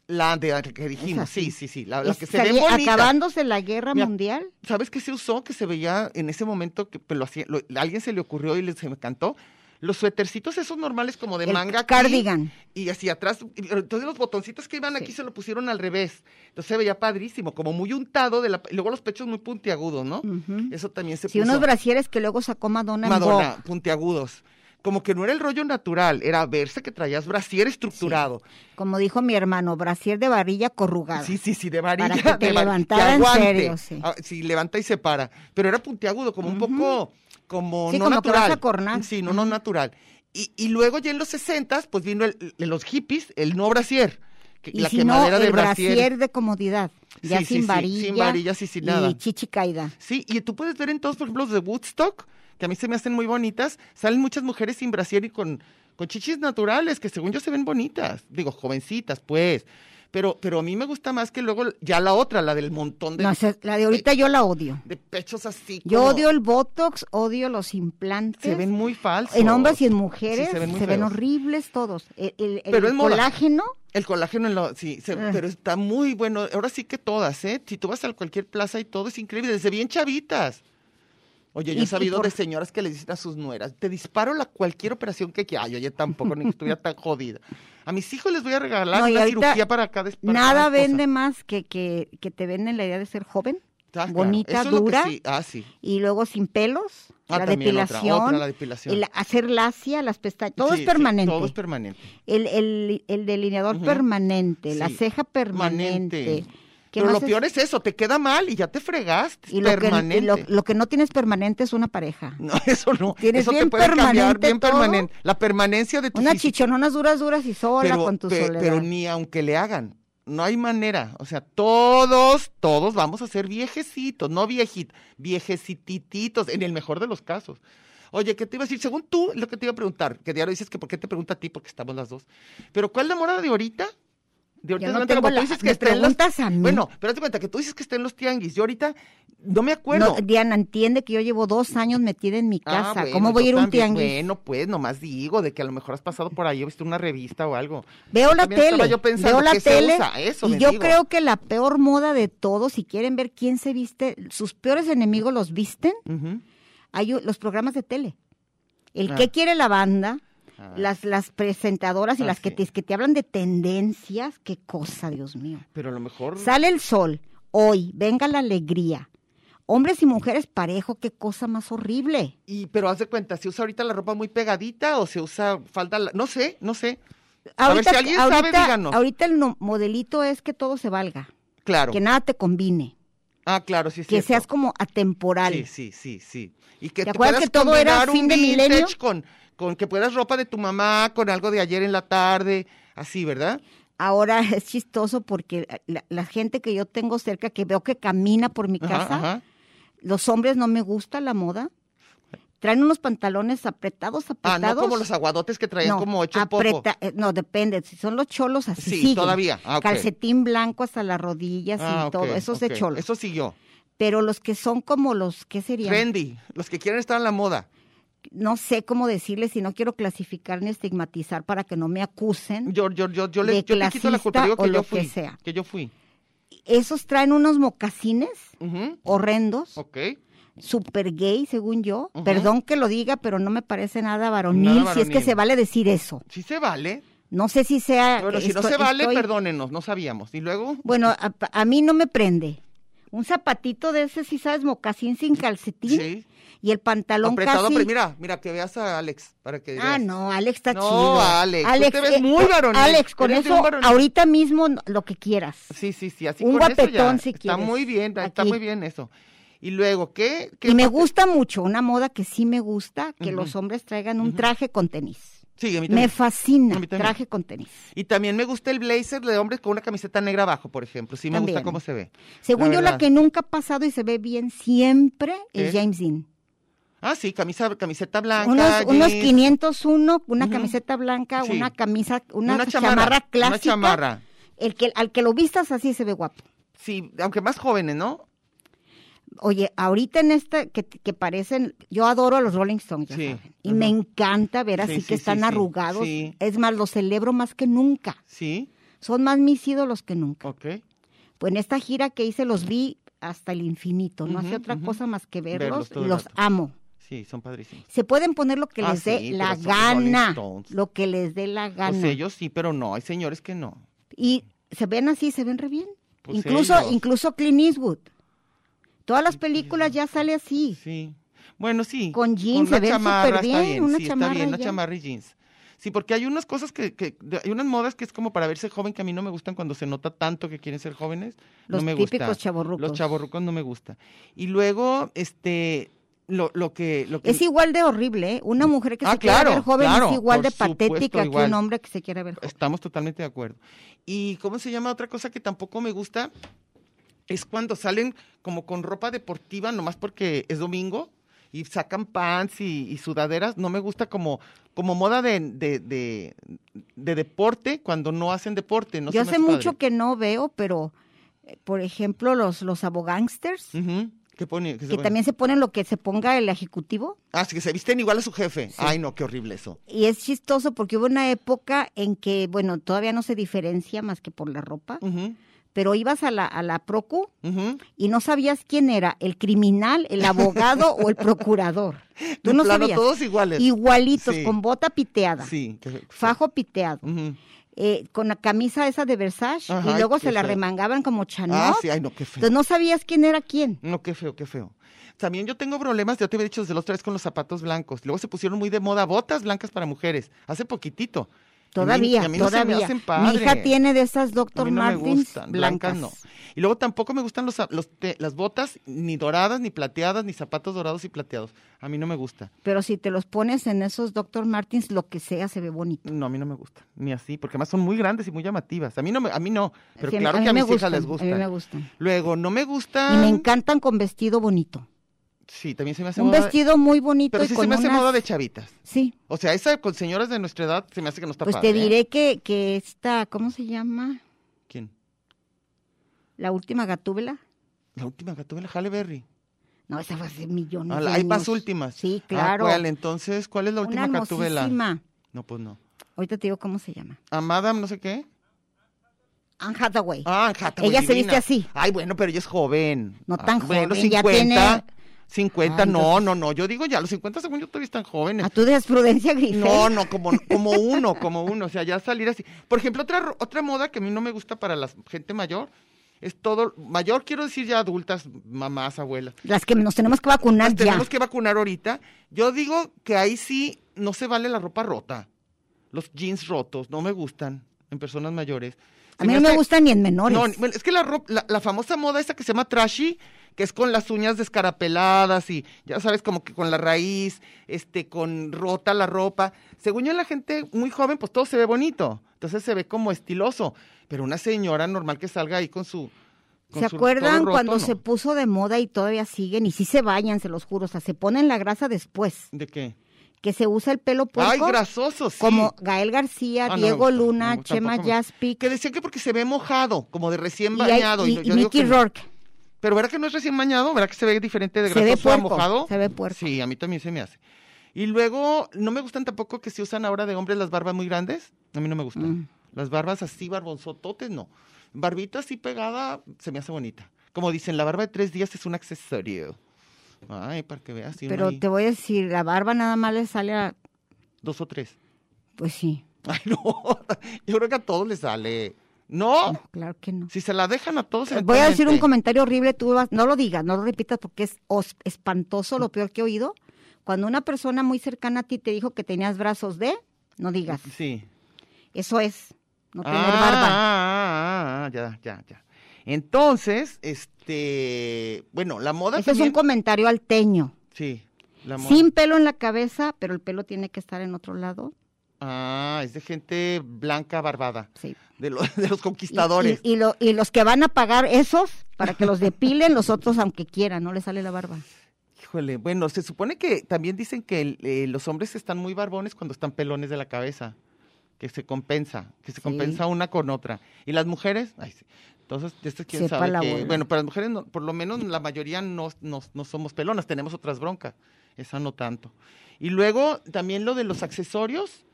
S5: La de la que dijimos,
S2: así.
S5: sí, sí, sí. La, la
S2: Es-
S5: que se ve
S2: salía-
S5: bonita.
S2: acabándose la guerra
S5: Mira,
S2: mundial.
S5: ¿Sabes qué se usó? Que se veía en ese momento que pues, lo hacía, lo- a alguien se le ocurrió y le, se me cantó. Los suétercitos esos normales como de
S2: El
S5: manga. aquí,
S2: cardigan.
S5: y hacia atrás, y- entonces los botoncitos que iban aquí se lo pusieron al revés. Entonces se veía padrísimo, como muy untado, de la, y luego los pechos muy puntiagudos, ¿no?
S2: Ujú.
S5: Eso también se
S2: Sí,
S5: puso.
S2: unos brasieres que luego sacó Madonna, en
S5: Madonna,
S2: Vogue.
S5: puntiagudos. Como que no era el rollo natural, era verse que traías brasier estructurado.
S2: Como dijo mi hermano, brasier de varilla corrugada.
S5: Sí, sí, sí, de varilla.
S2: Para que te
S5: de va-
S2: levantara en
S5: aguante.
S2: serio, sí.
S5: Ah, levanta y se para. Pero era puntiagudo, como un poco, como
S2: Sí,
S5: no
S2: como que
S5: natural.
S2: vas a cornar.
S5: Sí, no, no natural. Y, y luego ya en los 60 pues vino el- los hippies, el no brasier. que-
S2: Y
S5: la
S2: si no,
S5: quemadera
S2: el
S5: de
S2: brasier.
S5: brasier.
S2: de comodidad. Ya
S5: Sí, sí,
S2: sin
S5: sí,
S2: varilla.
S5: sin varillas y sin nada.
S2: Y chichi caída.
S5: Sí, y tú puedes ver en todos, por ejemplo, los de Woodstock, que a mí se me hacen muy bonitas, salen muchas mujeres sin brasier y con, con chichis naturales, que según yo se ven bonitas, digo, jovencitas, pues. Pero, pero a mí me gusta más que luego ya la otra, la del montón de,
S2: No, esa- la de ahorita
S5: Eh,
S2: yo la odio.
S5: de pechos así.
S2: Yo
S5: como-
S2: odio el botox, odio los implantes.
S5: Se ven muy falsos.
S2: en hombres y en mujeres
S5: Sí,
S2: se ven,
S5: muy feos.
S2: horribles todos. El, el- el
S5: Pero es moda.
S2: colágeno,
S5: El colágeno, en lo- sí, se-
S2: Ah.
S5: pero está muy bueno. Ahora sí que todas, ¿eh? Si tú vas a cualquier plaza y todo, es increíble, desde bien chavitas. Oye, yo
S2: Y-
S5: he
S2: y
S5: sabido
S2: por-
S5: de señoras que le dicen a sus nueras, te disparo la cualquier operación que quieras. Ay, oye, tampoco, ni que estuviera tan jodida. A mis hijos les voy a regalar
S2: No, y
S5: una
S2: ahorita
S5: cirugía para cada para
S2: nada
S5: cada cosa.
S2: vende más que, que, que te venden la idea de ser joven,
S5: Ah, claro,
S2: bonita,
S5: eso es lo que
S2: dura,
S5: sí, Ah, sí.
S2: y luego sin pelos,
S5: Ah,
S2: la,
S5: también otra,
S2: depilación,
S5: otra, la depilación.
S2: el hacer lacia, las pestañas, todo
S5: Sí,
S2: es
S5: sí,
S2: permanente.
S5: todo es permanente.
S2: el, el, el delineador
S5: Ujú.
S2: permanente, la
S5: Sí.
S2: ceja permanente.
S5: Permanente.
S2: ¿Qué
S5: Pero
S2: más
S5: lo peor es eso, te queda mal y ya te fregaste.
S2: y lo que-
S5: permanente.
S2: y lo- lo que no tienes permanente es una pareja.
S5: No, eso no.
S2: Tienes
S5: eso
S2: bien
S5: te puede cambiar
S2: permanente
S5: bien
S2: todo.
S5: permanente. La permanencia de tu
S2: Unas
S5: físico.
S2: chichononas duras, duras y sola
S5: pero,
S2: con tu
S5: pe-
S2: soledad.
S5: pero ni aunque le hagan. No hay manera. O sea, todos, todos vamos a ser viejecitos, no viejit, viejecitititos, en el mejor de los casos. Oye, ¿qué te iba a decir? Según tú, lo que te iba a preguntar, que diario dices que por qué te pregunta a ti, porque estamos las dos. Pero ¿cuál es la morada de ahorita? De ahorita
S2: Yo
S5: en
S2: no
S5: adelante,
S2: tengo
S5: como tú
S2: la-
S5: dices
S2: me
S5: está en los-
S2: preguntas a mí.
S5: Bueno, pero date cuenta que tú dices que está en los tianguis. Yo ahorita no me
S2: No,
S5: acuerdo.
S2: Diana, entiende que yo llevo dos años metida en mi casa.
S5: Ah, bueno,
S2: ¿Cómo voy a
S5: yo
S2: ir a un
S5: también.
S2: tianguis?
S5: Bueno, pues nomás digo de que a lo mejor has pasado por ahí, o visto una revista o algo.
S2: Veo
S5: Yo
S2: la
S5: también estaba
S2: tele,
S5: yo pensando,
S2: veo la
S5: ¿qué se
S2: tele
S5: usa? Eso
S2: y
S5: me
S2: yo
S5: digo.
S2: creo que la peor moda de todos, si quieren ver quién se viste, sus peores enemigos los visten,
S5: Ujú.
S2: hay u- los programas de tele. El
S5: Ah.
S2: que quiere la banda,
S5: Ah.
S2: las, las presentadoras y
S5: Ah,
S2: las que,
S5: sí.
S2: te, que te hablan de tendencias, qué cosa, Dios mío.
S5: Pero a lo mejor.
S2: Sale el sol, hoy, venga la alegría. Hombres y mujeres parejo, qué cosa más horrible.
S5: Y, pero haz de cuenta, ¿se usa ahorita la ropa muy pegadita o se usa falda? la- No sé, no sé. a ver si alguien sabe,
S2: ahorita-
S5: díganos.
S2: ahorita el no- modelito es que todo se valga,
S5: Claro.
S2: que nada te combine,
S5: Ah, claro, sí, es
S2: que
S5: cierto.
S2: seas como atemporal.
S5: Sí, sí, sí, sí. Y que
S2: ¿Te acuerdas que todo era
S5: combinar un
S2: fin de
S5: vintage
S2: milenio?
S5: Con, con que puedas ropa de tu mamá, con algo de ayer en la tarde, así, ¿verdad?
S2: Ahora es chistoso porque la, la gente que yo tengo cerca, que veo que camina por mi
S5: Ajá,
S2: casa,
S5: ajá.
S2: los hombres no me gusta la moda. Traen unos pantalones apretados,
S5: Ah,
S2: apretados.
S5: no como los aguadotes que traían
S2: No,
S5: como ocho un poco.
S2: apreta- eh, No, depende. Si son los cholos, así
S5: Sí,
S2: siguen.
S5: todavía. Ah, ok.
S2: Calcetín blanco hasta las rodillas
S5: Ah,
S2: y
S5: ok,
S2: todo. Eso es
S5: ok.
S2: de cholos.
S5: Eso siguió.
S2: Pero los que son como los, ¿qué serían?
S5: Trendy, los que quieren estar en la moda.
S2: No sé cómo decirles y no quiero clasificar ni estigmatizar para que no me acusen.
S5: Yo, yo, yo, yo,
S2: De
S5: le, yo te quito la
S2: clasista
S5: culpa, digo
S2: o
S5: que yo
S2: lo
S5: fui.
S2: que sea.
S5: yo fui.
S2: Esos traen unos mocasines
S5: Ujú,
S2: horrendos.
S5: Ok.
S2: super gay, según yo.
S5: Ujú.
S2: Perdón que lo diga, pero no me parece nada varonil,
S5: Nada
S2: si es que
S5: varonil.
S2: se vale decir eso.
S5: Sí se vale.
S2: No sé si sea...
S5: Bueno, si no
S2: esto-
S5: se vale,
S2: estoy-
S5: perdónenos, no sabíamos. Y luego,
S2: Bueno, a, a mí no me prende. Un zapatito de ese, sí sabes, mocasín sin calcetín
S5: sí,
S2: y el pantalón
S5: apretado,
S2: casi...
S5: pero mira, mira, que veas a Alex, para que
S2: Ah,
S5: veas.
S2: no, Alex está
S5: No,
S2: chido. eh,
S5: Alex, tú te ves muy varonil,
S2: Alex, con
S5: eres
S2: eso
S5: un varonil.
S2: ahorita mismo no- lo que quieras.
S5: Sí, sí, sí, así
S2: Un
S5: con eso ya.
S2: guapetón, si
S5: Está
S2: quieres,
S5: muy bien, está
S2: aquí.
S5: muy bien eso. Y luego, ¿qué? qué
S2: Y me
S5: parte-
S2: gusta mucho, una moda que sí me gusta, que
S5: Ujú.
S2: los hombres traigan un traje con tenis.
S5: Sí, a mí
S2: Me
S5: también.
S2: fascina,
S5: A mí también.
S2: traje con tenis.
S5: Y también me gusta el blazer de hombre con una camiseta negra abajo, por ejemplo. Sí me
S2: También.
S5: gusta cómo se ve.
S2: Según yo, la
S5: verdad.
S2: que nunca ha pasado y se ve bien siempre es
S5: ¿Es?
S2: James Dean.
S5: Ah, sí, camisa, camiseta blanca,
S2: Unos, unos
S5: jeans,
S2: 501, una
S5: Ujú.
S2: camiseta blanca,
S5: Sí.
S2: una camisa, una,
S5: una
S2: chamarra, clásica.
S5: Una chamarra.
S2: El que, al que lo vistas así se ve guapo.
S5: Sí, aunque más jóvenes, ¿no?
S2: Oye, ahorita en esta que, que parecen, yo adoro a los Rolling Stones, ya
S5: Sí,
S2: saben, y
S5: ajá.
S2: me encanta ver así
S5: Sí,
S2: que
S5: sí, sí,
S2: están
S5: sí,
S2: arrugados.
S5: sí.
S2: Es más, los celebro más que nunca.
S5: Sí,
S2: Son más mis ídolos que nunca.
S5: ok.
S2: Pues en esta gira que hice los vi hasta el infinito, no
S5: Ujú,
S2: hacía otra
S5: ujú.
S2: cosa más que
S5: Verlos
S2: verlos,
S5: todo
S2: y
S5: el
S2: los
S5: rato.
S2: amo.
S5: Sí, son padrísimos.
S2: Se pueden poner lo que
S5: Ah,
S2: les dé
S5: sí,
S2: la
S5: pero son los Rolling
S2: gana,
S5: Stones.
S2: lo que les dé la gana.
S5: Pues ellos sí, pero no, hay señores que no.
S2: Y se ven así, se ven re bien.
S5: Pues
S2: incluso,
S5: ellos.
S2: incluso Clint Eastwood. Todas las películas ya sale así.
S5: Sí. Bueno, sí.
S2: Con jeans se
S5: una
S2: ven
S5: chamarra
S2: súper
S5: está
S2: bien,
S5: bien,
S2: una
S5: sí, está
S2: chamarra
S5: bien, una
S2: ya.
S5: chamarra y jeans. Sí, porque hay unas cosas que, que- de- hay unas modas que es como para verse joven que a mí no me gustan cuando se nota tanto que quieren ser jóvenes.
S2: Los
S5: no me
S2: típicos
S5: gusta.
S2: chavorrucos.
S5: Los chavorrucos no me gusta. Y luego, este, lo, lo que, lo que
S2: Es igual de horrible, ¿eh? Una mujer que
S5: Ah,
S2: se quiera
S5: claro,
S2: ver joven
S5: claro,
S2: es igual
S5: por
S2: de
S5: supuesto,
S2: patética que
S5: igual.
S2: un hombre que se quiera ver joven.
S5: Estamos totalmente de acuerdo. ¿Y cómo se llama otra cosa que tampoco me gusta? Es cuando salen como con ropa deportiva, nomás porque es domingo, y sacan pants y, y sudaderas. No me gusta como, como moda de, de, de- de deporte cuando no hacen deporte. No
S2: Yo
S5: se me
S2: hace
S5: padre.
S2: mucho que no veo, pero eh, por ejemplo, los, los abogangsters,
S5: Ujú. ¿Qué pone? ¿Qué Mm, se
S2: que
S5: pone?
S2: también se ponen lo que se ponga el ejecutivo.
S5: Ah, sí, que se visten igual a su jefe. Ay, no, qué horrible eso.
S2: Y es chistoso porque hubo una época en que, bueno, todavía no se diferencia más que por la ropa,
S5: Ujú,
S2: pero ibas a la, a la Procu
S5: ujú.
S2: y no sabías quién era, el criminal, el abogado o el procurador. Tú
S5: De
S2: no
S5: plano,
S2: sabías.
S5: todos iguales.
S2: Igualitos,
S5: Sí.
S2: con bota piteada,
S5: Sí. qué-
S2: fajo piteado.
S5: Ujú.
S2: eh, con la camisa esa de Versace
S5: Ajá,
S2: y luego
S5: ay,
S2: se
S5: qué
S2: la
S5: feo.
S2: remangaban como chanot.
S5: Ah, sí, ay, no, qué feo.
S2: Entonces no sabías quién era quién.
S5: No, qué feo, qué feo. También yo tengo problemas, yo te había dicho desde los tres con los zapatos blancos. Luego se pusieron muy de moda botas blancas para mujeres, hace poquitito. Y a mí-
S2: Todavía,
S5: y a mí no se me
S2: todavía.
S5: hacen
S2: Mi hija
S5: padre.
S2: tiene de esas
S5: A
S2: Dr.
S5: mí no me
S2: Martens
S5: gustan,
S2: blancas.
S5: blancas no. Y luego tampoco me gustan los, za- los te- las botas ni doradas, ni plateadas, ni zapatos dorados y plateados. A mí no me gusta.
S2: Pero si te los pones en esos Dr. Martens, lo que sea se ve bonito.
S5: No, a mí no me gusta. Ni así, porque además son muy grandes y muy llamativas. A mí no, me- a mí no. Pero
S2: Sí,
S5: claro que a mis
S2: gustan,
S5: hijas les Ah.
S2: A mí me
S5: gusta.
S2: gustan.
S5: Luego, no me
S2: Y
S5: gusta.
S2: me encantan con vestido bonito.
S5: Sí, también se me hace
S2: Un
S5: moda.
S2: vestido muy bonito
S5: Pero
S2: y
S5: sí
S2: con
S5: se me hace
S2: unas-
S5: moda de chavitas.
S2: Sí,
S5: O sea, esa con señoras de nuestra edad se me hace que no está
S2: pues
S5: padre,
S2: te
S5: ¿eh?
S2: diré que, que esta, ¿cómo se llama?
S5: ¿Quién?
S2: La última gatúbela.
S5: La última Gatúbela Halle Berry.
S2: No, esa fue hace millones
S5: Ah,
S2: de
S5: la- hay más
S2: años.
S5: últimas.
S2: Sí,
S5: Ah,
S2: claro.
S5: ¿cuál? Entonces, ¿cuál es la última
S2: Una
S5: Gatúbela?
S2: hermosísima.
S5: No, pues no.
S2: Ahorita te digo cómo se llama.
S5: A Madame, no sé qué.
S2: Anne Hathaway.
S5: Ah, Hathaway,
S2: Ella se
S5: divina.
S2: viste así.
S5: Ay, bueno, pero ella es joven.
S2: No
S5: Ah,
S2: tan
S5: Bueno,
S2: joven, ya
S5: 50.
S2: tiene-
S5: 50,
S2: Ay, Ah,
S5: no, no, no. Yo digo ya, los 50 según yo todavía están jóvenes.
S2: A tu desprudencia, Grifel.
S5: No, no, como, como uno, como uno. O sea, ya salir así. Por ejemplo, otra, ro- otra moda que a mí no me gusta para la gente mayor es todo. Mayor quiero decir ya adultas, mamás, abuelas.
S2: Las que nos tenemos que vacunar
S5: Nos
S2: Ah, ya.
S5: Pues tenemos que vacunar ahorita. Yo digo que ahí sí no se vale la ropa rota. Los jeans rotos no me gustan en personas mayores.
S2: A mí no me
S5: gusta
S2: gustan ni en menores.
S5: No, ni- bueno, es que la, ro- la, la famosa moda esa que se llama trashy, que es con las uñas descarapeladas y ya sabes, como que con la raíz, este, con rota la ropa. Según yo, la gente muy joven, pues todo se ve bonito. Entonces se ve como estiloso. Pero una señora normal que salga ahí con su. con
S2: ¿Se
S5: su- todo
S2: acuerdan
S5: roto,
S2: cuando
S5: no.
S2: se puso de moda y todavía siguen? Y sí se bañan, se los juro. O sea, se ponen la grasa después.
S5: ¿De qué?
S2: Que se usa el pelo puerco.
S5: Ay, grasoso, sí.
S2: Como Gael García,
S5: Ah, no me
S2: Diego
S5: gusta, no me
S2: Luna,
S5: gusta,
S2: Chema
S5: tampoco me-
S2: Jaspi.
S5: Que decían que porque se ve mojado, como de recién
S2: Y, hay-
S5: bañado.
S2: y-
S5: yo-
S2: y
S5: yo digo
S2: Mickey
S5: que no.
S2: Rourke.
S5: Pero ¿verdad que no es recién bañado? ¿Verdad que se ve diferente de
S2: Se ve
S5: grasoso a
S2: puerco,
S5: mojado?
S2: se ve puerco.
S5: Sí, a mí también se me hace. Y luego, no me gustan tampoco que se usan ahora de hombres las barbas muy grandes. A mí no me gustan.
S2: Mm.
S5: Las barbas así, barbonzototes, no. Barbita así pegada, se me hace bonita. Como dicen, la barba de tres días es un accesorio. Ay, para que veas. si uno
S2: Pero
S5: ahí,
S2: te voy a decir, la barba nada más le sale a...
S5: Dos o tres.
S2: Pues sí,
S5: Ay, no. Yo creo que a todos les sale. No.
S2: no, claro que no.
S5: Si se la dejan a todos.
S2: Mm. Voy a decir un
S5: eventualmente.
S2: comentario horrible, tú vas- no lo digas, no lo repitas porque es os- espantoso, lo peor que he oído. Cuando una persona muy cercana a ti te dijo que tenías brazos de, no digas.
S5: Sí.
S2: Eso es, no tener
S5: ah,
S2: barba.
S5: ah, ah, ah, ya, ya, ya. Entonces, este. Bueno, la moda
S2: Ese es
S5: también.
S2: un comentario alteño.
S5: sí. La moda.
S2: Sin pelo en la cabeza, pero el pelo tiene que estar en otro lado.
S5: Ah, es de gente blanca barbada.
S2: Sí.
S5: De, los de los conquistadores.
S2: Y, y- y lo- y los que van a pagar esos para que los depilen, los otros aunque quieran, no les sale la barba.
S5: Híjole, bueno, se supone que también dicen que el- eh, los hombres están muy barbones cuando están pelones de la cabeza, que se compensa, que se compensa una con otra. Y las mujeres, ay, sí. entonces, esto quién
S2: Sepa
S5: sabe
S2: la
S5: que-
S2: bola.
S5: bueno, para las mujeres, no- por lo menos la mayoría no, no- no somos pelonas, tenemos otras broncas, esa no tanto. Y luego también lo de los accesorios,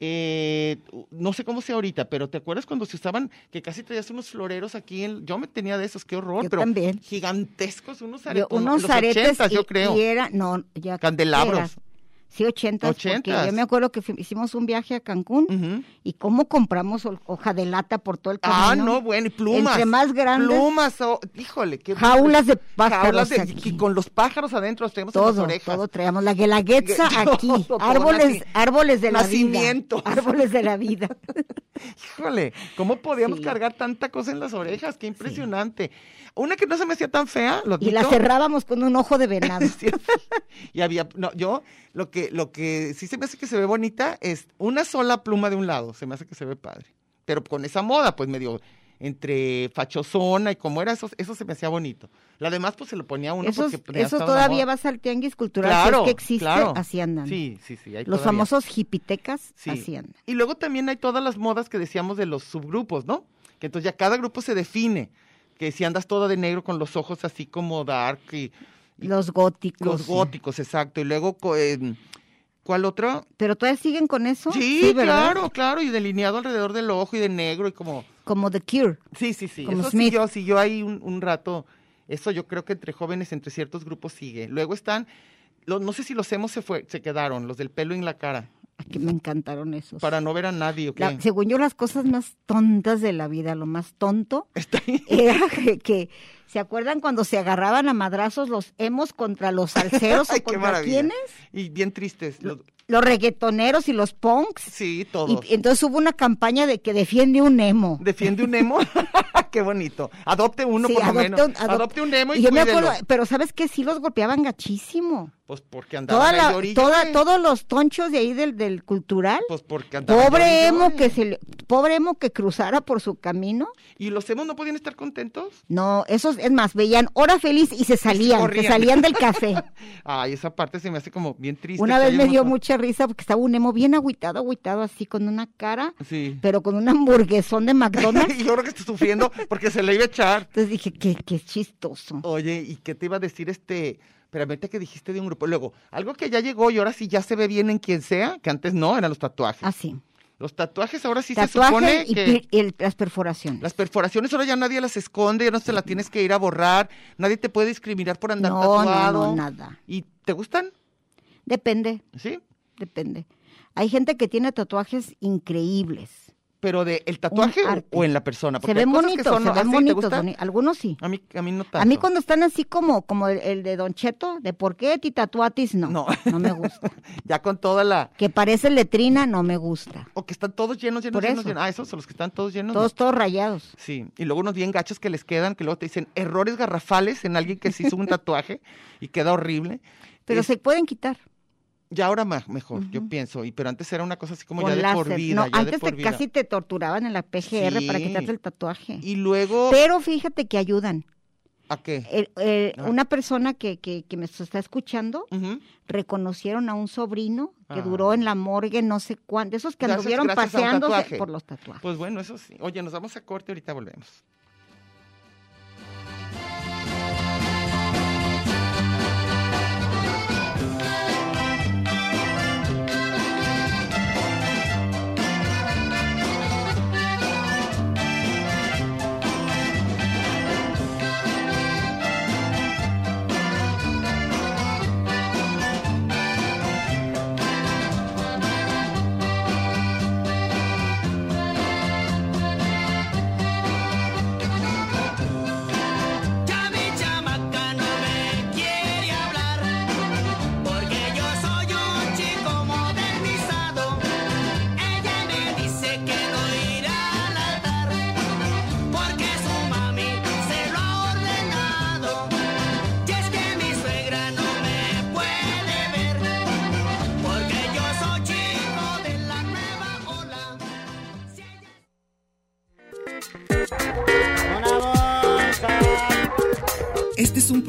S5: eh, no sé cómo sea ahorita, pero ¿te acuerdas cuando se usaban que casi traías unos floreros aquí? en- yo me tenía de esos, qué horror,
S2: Yo
S5: pero
S2: también.
S5: gigantescos, unos
S2: Yo-
S5: aretes,
S2: unos
S5: los
S2: aretes
S5: 80s,
S2: y,
S5: yo creo.
S2: y era no ya
S5: Candelabros.
S2: eras. sí ochentas,
S5: Ochentas.
S2: porque yo me acuerdo que fu- hicimos un viaje a Cancún
S5: Ujú.
S2: y cómo compramos hol- hoja de lata por todo el camino
S5: Ah, no, bueno, y plumas.
S2: Entre más grandes-
S5: Plumas, oh, híjole, qué.
S2: Jaulas de pájaros
S5: Jaulas de-
S2: aquí.
S5: Y con los pájaros adentro los tenemos en las
S2: todo
S5: orejas.
S2: todo traíamos la guelaguetza
S5: Todo,
S2: aquí
S5: todo,
S2: árboles
S5: naci-
S2: árboles de la
S5: nacimientos.
S2: vida árboles de la vida
S5: Híjole, ¿cómo podíamos
S2: Sí.
S5: cargar tanta cosa en las orejas? Qué impresionante. Una que no se me hacía tan fea, lo
S2: y la
S5: admito.
S2: cerrábamos con un ojo de venado
S5: Sí, y había no yo lo que lo que sí se me hace que se ve bonita es una sola pluma de un lado se me hace que se ve padre pero con esa moda pues medio entre fachosona y como era eso eso se me hacía bonito la demás pues se lo ponía uno
S2: esos,
S5: porque
S2: esos todavía vas al tianguis cultural si es que existe así andan
S5: sí sí sí hay
S2: los
S5: todavía.
S2: famosos jipitecas
S5: Sí.
S2: así andan
S5: Y luego también hay todas las modas que decíamos de los subgrupos, ¿no? Que entonces ya cada grupo se define. Que si andas toda de negro con los ojos así como dark y, y
S2: los góticos
S5: los góticos, exacto. Y luego, co- em, ¿cuál otro?
S2: pero todavía siguen con eso
S5: Sí,
S2: ¿verdad?
S5: claro, claro. Y delineado alrededor del ojo y de negro y como...
S2: como The Cure
S5: Sí, sí, sí.
S2: Como
S5: eso
S2: Smith.
S5: siguió, siguió ahí un, un rato. Eso yo creo que entre jóvenes, entre ciertos grupos sigue. Luego están... los- no sé si los hemos se, fue, se quedaron, los del pelo en la cara,
S2: que me encantaron esos.
S5: para no ver a nadie. ¿o qué?
S2: La- según yo, las cosas más tontas de la vida, lo más tonto, era que, que- ¿se acuerdan cuando se agarraban a madrazos los hemos contra los salseros
S5: Ay,
S2: o contra quiénes?
S5: Y bien tristes. los-
S2: Los reggaetoneros y los punks.
S5: sí,
S2: Y, eh,
S5: todos.
S2: entonces hubo una campaña de que defiende un emo.
S5: Defiende un emo. Qué bonito. Adopte uno
S2: Sí,
S5: por lo
S2: adopte
S5: menos.
S2: un-
S5: adopte, un emo y,
S2: yo me
S5: cuídelo.
S2: acuerdo, eh, pero ¿sabes qué? Sí los golpeaban gachísimo.
S5: Pues porque andaba
S2: Toda
S5: ahí
S2: la,
S5: orilla,
S2: toda,
S5: güey.
S2: todos los tonchos de ahí del, del cultural.
S5: Pues porque andaba
S2: Pobre
S5: ahí orilla,
S2: emo
S5: güey.
S2: que se le- pobre emo que cruzara por su camino.
S5: ¿Y los emos no podían estar contentos?
S2: No, esos, es más, veían hora feliz y se salían, se
S5: corrían.
S2: salían del café.
S5: Ay, esa parte se me hace como bien triste.
S2: Una
S5: que
S2: vez
S5: haya
S2: me dio
S5: unos-
S2: mucha risa porque estaba un emo bien agüitado, agüitado, así con una cara,
S5: Sí.
S2: pero con un hamburguesón de McDonald's.
S5: y yo creo que está sufriendo porque se le iba a echar.
S2: Entonces dije, qué, qué chistoso.
S5: Oye, ¿y qué te iba a decir este? Pero ahorita que dijiste de un grupo. Luego, algo que ya llegó y ahora sí ya se ve bien en quien sea, que antes no, eran los tatuajes.
S2: Así.
S5: Los tatuajes ahora sí se
S2: Ah. Tatuaje
S5: supone
S2: y,
S5: que...
S2: pir- y el- las perforaciones.
S5: Las perforaciones ahora ya nadie las esconde, ya no se la tienes que ir a borrar, nadie te puede discriminar por andar
S2: No, no,
S5: tatuado.
S2: no, nada.
S5: ¿Y te gustan?
S2: Depende,
S5: Sí,
S2: depende. Hay gente que tiene tatuajes increíbles.
S5: pero de el tatuaje
S2: Un
S5: o-
S2: arte.
S5: o en la persona, porque
S2: Se
S5: hay
S2: ven
S5: cosas que
S2: bonitos,
S5: son
S2: se
S5: nomás,
S2: ven
S5: ¿sí? ¿Te
S2: bonitos.
S5: gustan?
S2: boni- Algunos sí.
S5: A mí a mí no tanto.
S2: A mí cuando están así como, como el, el de Don Cheto, de por qué ti tatuatis, no,
S5: No.
S2: no, me gusta.
S5: ya con toda la
S2: Que parece letrina, no me gusta.
S5: o que están todos llenos, llenos,
S2: Por
S5: llenos,
S2: eso.
S5: llenos. Ah, esos son los que están todos llenos.
S2: Todos,
S5: ¿no?
S2: todos rayados.
S5: Sí, y luego unos bien gachos que les quedan, que luego te dicen errores garrafales en alguien que se hizo un tatuaje y queda horrible.
S2: Pero
S5: Es-
S2: se pueden quitar.
S5: ya ahora más mejor, yo pienso, y pero antes era una cosa así como
S2: con
S5: ya de por
S2: láser.
S5: vida,
S2: no,
S5: ya de
S2: antes
S5: por
S2: te-
S5: vida.
S2: casi te torturaban en la PGR para
S5: Sí.
S2: quitarte el tatuaje.
S5: Y luego
S2: Pero fíjate que ayudan.
S5: ¿A qué?
S2: El- el-
S5: Ah.
S2: Una persona que, que, que me está escuchando
S5: Ujú.
S2: reconocieron a un sobrino que
S5: Ah.
S2: duró en la morgue no sé cuánto, de esos que
S5: Gracias-
S2: anduvieron
S5: gracias a un tatuaje.
S2: paseándose por los tatuajes.
S5: Pues bueno, eso sí. Oye, nos vamos a corte, ahorita volvemos.
S6: Este un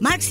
S1: Marx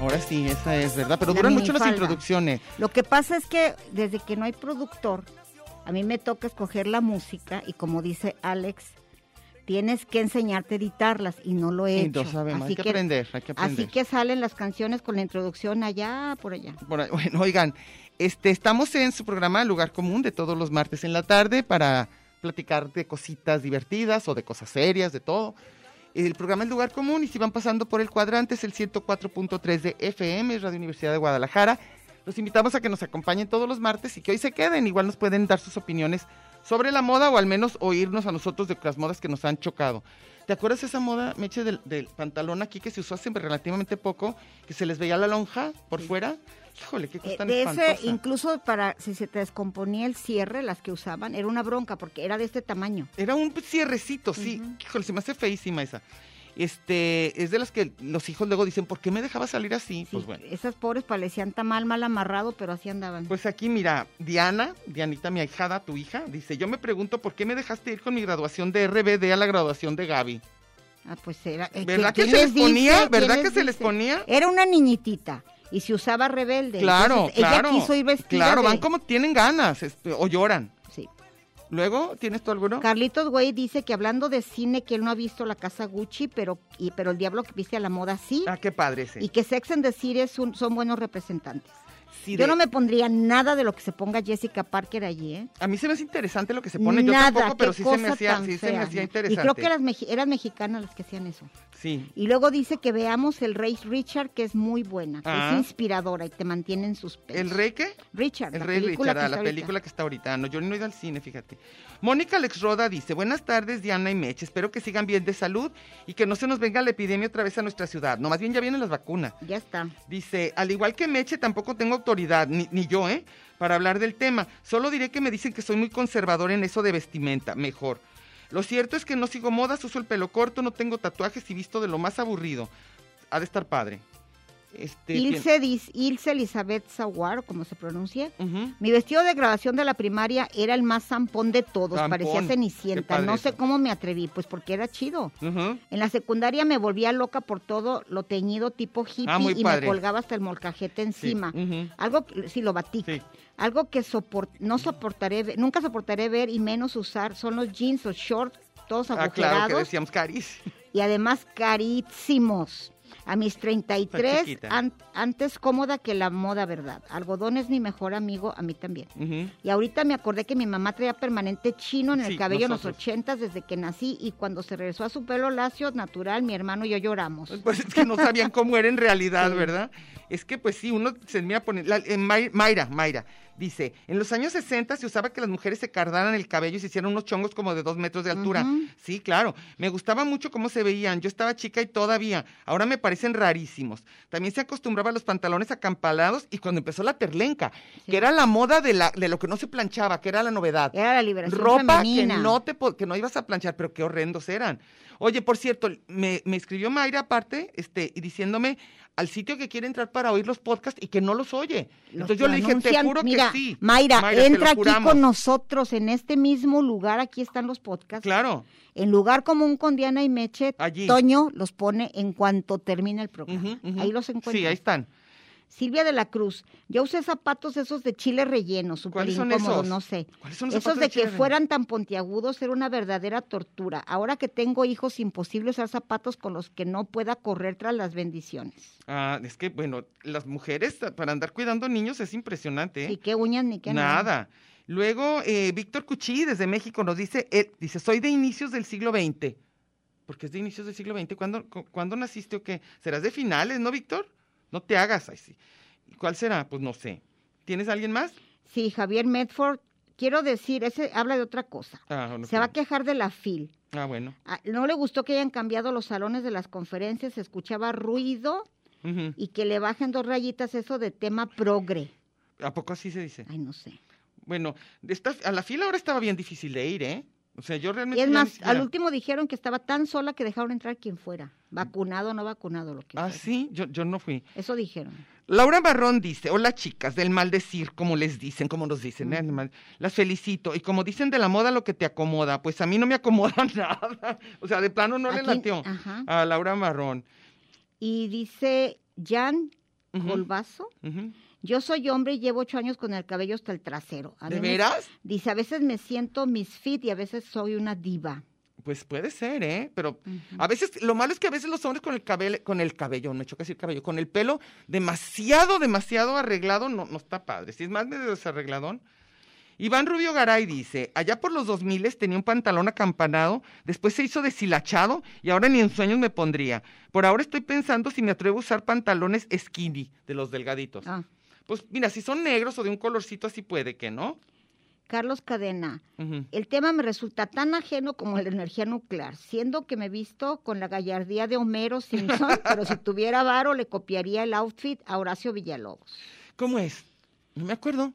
S5: Ahora sí, esa es verdad, pero duran
S2: La
S5: mucho las
S2: minifalda.
S5: introducciones.
S2: Lo que pasa es que desde que no hay productor, a mí me toca escoger la música y como dice Alex, tienes que enseñarte a editarlas y no lo he
S5: Y
S2: hecho.
S5: no sabemos, hay que aprender, hay que aprender.
S2: Así que salen las canciones con la introducción allá, por allá.
S5: Por ahí- Bueno, oigan, este, estamos en su programa Lugar Común de todos los martes en la tarde para platicar de cositas divertidas o de cosas serias, de todo. El programa es Lugar Común y si van pasando por el cuadrante es el 104.3 de FM, es Radio Universidad de Guadalajara. Los invitamos a que nos acompañen todos los martes y que hoy se queden. Igual nos pueden dar sus opiniones sobre la moda o al menos oírnos a nosotros de las modas que nos han chocado. ¿Te acuerdas esa moda, Meche, del, del pantalón aquí que se usó hace relativamente poco, que se les veía la lonja por fuera? Híjole, qué cosa
S2: Eh,
S5: tan
S2: de ese,
S5: espantosa.
S2: incluso para si se te descomponía el cierre, las que usaban, era una bronca porque era de este tamaño.
S5: Era un cierrecito, sí. Híjole, se me hace feísima esa. Este, es de las que los hijos luego dicen, ¿por qué me dejaba salir así?
S2: Sí,
S5: Pues bueno.
S2: Esas pobres parecían tan mal, mal amarrado, pero así andaban.
S5: Pues aquí, mira, Diana, Dianita, mi ahijada, tu hija, dice, yo me pregunto por qué me dejaste ir con mi graduación de RBD a la graduación de Gaby.
S2: Ah, pues era. eh,
S5: ¿Verdad
S2: ¿quién-
S5: que se
S2: quién
S5: les ponía?
S2: dice?
S5: ¿Verdad
S2: ¿Quién
S5: que se les ponía?
S2: Era una niñitita y se usaba rebelde.
S5: Claro,
S2: Entonces,
S5: claro.
S2: Ella quiso ir vestida.
S5: claro,
S2: de-
S5: van como tienen ganas este, o lloran.
S2: Sí.
S5: Luego, ¿tienes tú alguno?
S2: Carlitos Güey dice que hablando de cine, que él no ha visto la casa Gucci, pero, y, pero el diablo que viste a la moda sí.
S5: Ah, qué padre ese.
S2: Y que Sex and the City es un- son buenos representantes.
S5: Sí,
S2: Yo
S5: de-
S2: no me pondría nada de lo que se ponga Jessica Parker allí, ¿eh?
S5: A mí se me hace interesante lo que se pone.
S2: Nada,
S5: Yo tampoco, pero
S2: qué
S5: sí se me
S2: cosa
S5: hacía,
S2: tan
S5: sí se me
S2: fea,
S5: hacía
S2: ¿no?
S5: interesante.
S2: Y creo que las meji- eran mexicanas las que hacían eso.
S5: Sí.
S2: Y luego dice que veamos el Rey Richard, que es muy buena, que
S5: Ah.
S2: es inspiradora y te mantiene en suspenso.
S5: ¿El rey qué?
S2: Richard,
S5: El
S2: la
S5: Rey
S2: película
S5: Richard, ah,
S2: que está
S5: la
S2: ahorita.
S5: película que está ahorita. No, yo no he ido al cine, fíjate. Mónica Alex Roda dice, buenas tardes Diana y Meche, espero que sigan bien de salud y que no se nos venga la epidemia otra vez a nuestra ciudad. No, más bien ya vienen las vacunas.
S2: Ya está.
S5: Dice, al igual que Meche, tampoco tengo autoridad, ni, ni yo, ¿eh? Para hablar del tema. Solo diré que me dicen que soy muy conservador en eso de vestimenta, mejor. Lo cierto es que no sigo modas, uso el pelo corto, no tengo tatuajes y visto de lo más aburrido. Ha de estar padre. Este,
S2: Ilse, dis- Ilse Elizabeth Sawar, o como se pronuncia.
S5: bien- Ujú.
S2: Mi vestido de graduación de la primaria era el más zampón de todos,
S5: Zampón.
S2: parecía
S5: Qué
S2: cenicienta.
S5: padre
S2: No sé
S5: eso.
S2: cómo me atreví, pues porque era chido.
S5: Ujú.
S2: En la secundaria me volvía loca por todo lo teñido tipo hippie
S5: Ah, muy
S2: y
S5: padre.
S2: me colgaba hasta el molcajete encima.
S5: ujú.
S2: Algo, que- sí, lo batí.
S5: Sí.
S2: Algo que sopor- no soportaré, ve- nunca soportaré ver y menos usar son los jeans o shorts, todos
S5: Ah,
S2: agujerados
S5: claro, que decíamos caris.
S2: y además carísimos. A mis 33,
S5: chiquita.
S2: an- antes cómoda que la moda, ¿verdad? Algodón es mi mejor amigo, a mí también.
S5: Ujú.
S2: Y ahorita me acordé que mi mamá traía permanente chino en el
S5: Sí,
S2: cabello en
S5: nosotros.
S2: los 80 desde que nací y cuando se regresó a su pelo lacio natural, mi hermano y yo lloramos.
S5: Pues es que no sabían cómo era en realidad, ¿verdad? Es que pues sí, uno se mira poner... la- eh, May- Mayra, Mayra, dice, en los años 60 se usaba que las mujeres se cardaran el cabello y se hicieran unos chongos como de dos metros de altura.
S2: Ujú.
S5: Sí, claro. Me gustaba mucho cómo se veían. Yo estaba chica y todavía. Ahora me parecen rarísimos. También se acostumbraba a los pantalones acampalados y cuando empezó la terlenca, que era la moda de, la, de lo que no se planchaba, que era la novedad
S2: Era la liberación
S5: ropa
S2: femenina.
S5: que no te po- que no ibas a planchar, pero qué horrendos eran. Oye, por cierto, me, me escribió Mayra aparte, este, y diciéndome al sitio que quiere entrar para oír los podcasts y que no los oye.
S2: Los
S5: Entonces yo
S2: que
S5: le dije, te
S2: anuncian-
S5: juro
S2: mira,
S5: que sí.
S2: Mayra,
S5: te lo
S2: entra aquí
S5: juramos.
S2: con nosotros en este mismo lugar, aquí están los podcasts.
S5: Claro.
S2: En lugar común con Diana y Meche,
S5: Allí.
S2: Toño los pone en cuanto termina el programa.
S5: Ujú, ujú.
S2: Ahí los encuentras.
S5: Sí, ahí están.
S2: Silvia de la Cruz, yo usé zapatos esos de chile relleno, súper
S5: ¿Cuáles son
S2: incómodo,
S5: esos?
S2: no sé.
S5: ¿Cuáles son los
S2: Esos
S5: zapatos
S2: de
S5: de chile
S2: que
S5: relleno?
S2: fueran tan pontiagudos era una verdadera tortura. Ahora que tengo hijos, imposible usar zapatos con los que no pueda correr tras las bendiciones.
S5: Ah, es que, bueno, las mujeres ah, para andar cuidando niños es impresionante. ¿eh?
S2: Y qué uñas ni qué
S5: Nada. Luego, eh, Víctor Cuchí, desde México, nos dice, eh, dice, soy de inicios del siglo XX. Porque es de inicios del siglo XX. ¿Cuándo, cu- ¿cuándo naciste o qué? ¿Serás de finales, no, Víctor? No te hagas. Ay, sí. ¿Cuál será? Pues no sé. ¿Tienes alguien más?
S2: Sí, Javier Medford, quiero decir, ese habla de otra cosa.
S5: Ah, no
S2: Se va a
S5: creo.
S2: quejar de la FIL.
S5: Ah, bueno.
S2: Ah, No le gustó que hayan cambiado los salones de las conferencias, se escuchaba ruido
S5: Ujú.
S2: y que le bajen dos rayitas eso de tema progre.
S5: ¿A poco así se dice?
S2: Ay, no sé.
S5: Bueno, esta- a la fila ahora estaba bien difícil de ir, ¿eh? O sea, yo
S2: Y
S5: realmente...
S2: es
S5: ya ni
S2: más,
S5: siquiera-
S2: al último dijeron que estaba tan sola que dejaron entrar quien fuera, vacunado o no vacunado, lo que
S5: Ah,
S2: fuera.
S5: sí, yo, yo no fui.
S2: Eso dijeron.
S5: Laura Barrón dice, hola chicas, del maldecir, como les dicen, como nos dicen, ¿eh? Mal- las felicito. Y como dicen de la moda lo que te acomoda, pues a mí no me acomoda nada. O sea, de plano no le
S2: Aquí-
S5: latió Ah.
S2: ajá.
S5: a Laura Barrón.
S2: Y dice Jan
S5: Ujú.
S2: Golbazo,
S5: Ujú.
S2: yo soy hombre y llevo ocho años con el cabello hasta el trasero. A
S5: ¿De
S2: mí me-
S5: veras?
S2: Dice, a veces me siento misfit y a veces soy una diva. Ah,
S5: Pues puede ser, ¿eh? Pero a veces, lo malo es que a veces los hombres con el cabello, con el cabello, me choca decir cabello, con el pelo demasiado, demasiado arreglado, no, no está padre. Si es más medio desarregladón. Iván Rubio Garay dice, allá por los 2000 tenía un pantalón acampanado, después se hizo deshilachado y ahora ni en sueños me pondría. Por ahora estoy pensando si me atrevo a usar pantalones skinny, de los delgaditos.
S2: Ah.
S5: Pues mira, si son negros o de un colorcito así puede que, ¿no?
S2: Carlos Cadena,
S5: Ujú.
S2: El tema me resulta tan ajeno como la energía nuclear, siendo que me he visto con la gallardía de Homero Simpson, pero si tuviera varo le copiaría el outfit a Horacio Villalobos.
S5: ¿Cómo es? No me acuerdo.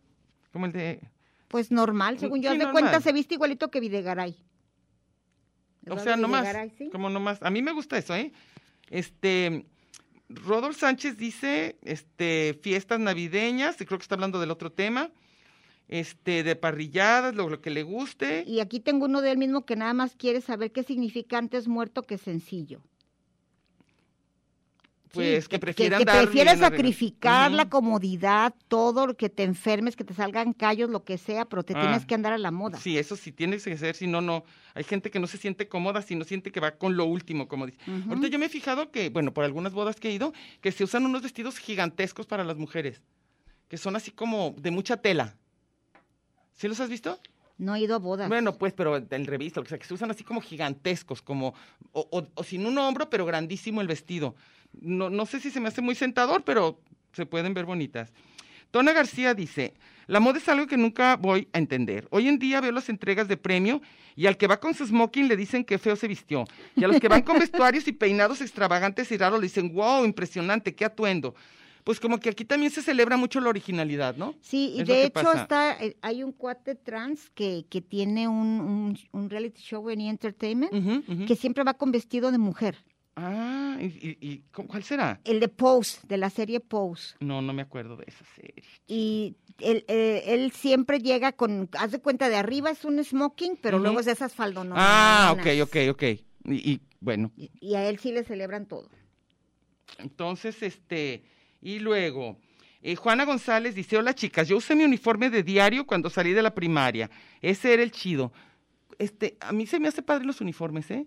S5: Como el de...
S2: Pues normal, según yo,
S5: Mm,
S2: haz
S5: Sí,
S2: de
S5: normal.
S2: cuenta se viste igualito que Videgaray.
S5: O
S2: Eduardo
S5: sea, nomás.
S2: Videgaray, ¿sí?
S5: Como nomás. A mí me gusta eso, ¿eh? Este. Rodolfo Sánchez dice, este, fiestas navideñas, y creo que está hablando del otro tema, este, de parrilladas, lo, lo que le guste.
S2: Y aquí tengo uno de él mismo que nada más quiere saber qué significa antes muerto que sencillo.
S5: pues
S2: Sí,
S5: que, prefieran
S2: que
S5: dar
S2: prefieres
S5: dinero, regalo.
S2: sacrificar la
S5: Ujú.
S2: comodidad, todo lo que te enfermes, que te salgan callos, lo que sea, pero te
S5: Ah.
S2: tienes que andar a la moda.
S5: Sí, eso sí tiene que ser, si no, no. Hay gente que no se siente cómoda, si no siente que va con lo último, como dice.
S2: Ujú.
S5: Ahorita yo me he fijado que, bueno, por algunas bodas que he ido, que se usan unos vestidos gigantescos para las mujeres, que son así como de mucha tela. ¿Sí los has visto?
S2: No he ido a bodas.
S5: Bueno, pues, pero en revista, o sea, que se usan así como gigantescos, como, o, o- o sin un hombro, pero grandísimo el vestido. No, no sé si se me hace muy sentador, pero se pueden ver bonitas. Tona García dice, la moda es algo que nunca voy a entender. Hoy en día veo las entregas de premio y al que va con su smoking le dicen que feo se vistió. Y a los que van con vestuarios y peinados extravagantes y raros le dicen, wow, impresionante, qué atuendo. Pues como que aquí también se celebra mucho la originalidad, ¿no?
S2: Sí, y
S5: Es lo
S2: de
S5: que
S2: hecho
S5: pasa.
S2: está, eh, hay un cuate trans que, que tiene un, un- un reality show en E! Entertainment
S5: Ujú, ujú.
S2: que siempre va con vestido de mujer.
S5: Ah, ¿y, y- y cu- cuál será?
S2: El de Pose, de la serie Pose.
S5: No, no me acuerdo de esa serie.
S2: Y él, eh, él siempre llega con, haz de cuenta, de arriba es un smoking, pero
S5: Ujú.
S2: luego es de esas faldonas.
S5: ah, ok, ok, ok. Y, y, bueno,
S2: Y, y a él sí le celebran todo.
S5: entonces, este, y luego, eh, Juana González dice, hola chicas, yo usé mi uniforme de diario cuando salí de la primaria. Ese era el chido. Este, a mí se me hace padre los uniformes, ¿eh?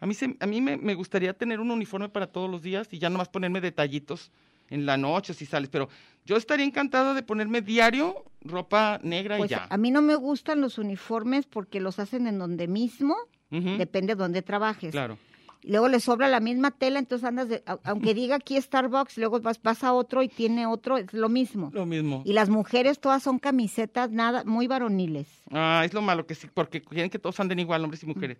S5: A mí, se- a mí me, me gustaría tener un uniforme para todos los días y ya nomás ponerme detallitos en la noche si sales, pero yo estaría encantada de ponerme diario ropa negra
S2: Pues
S5: y ya.
S2: a mí no me gustan los uniformes porque los hacen en donde mismo,
S5: Ujú,
S2: depende de donde trabajes.
S5: Claro.
S2: y luego le sobra la misma tela, entonces andas, de- au- aunque diga aquí Starbucks, luego vas, vas a otro y tiene otro, es lo mismo.
S5: Lo mismo.
S2: Y las mujeres todas son camisetas, nada, muy varoniles.
S5: Ah, es lo malo que sí, porque quieren que todos anden igual, hombres y mujeres.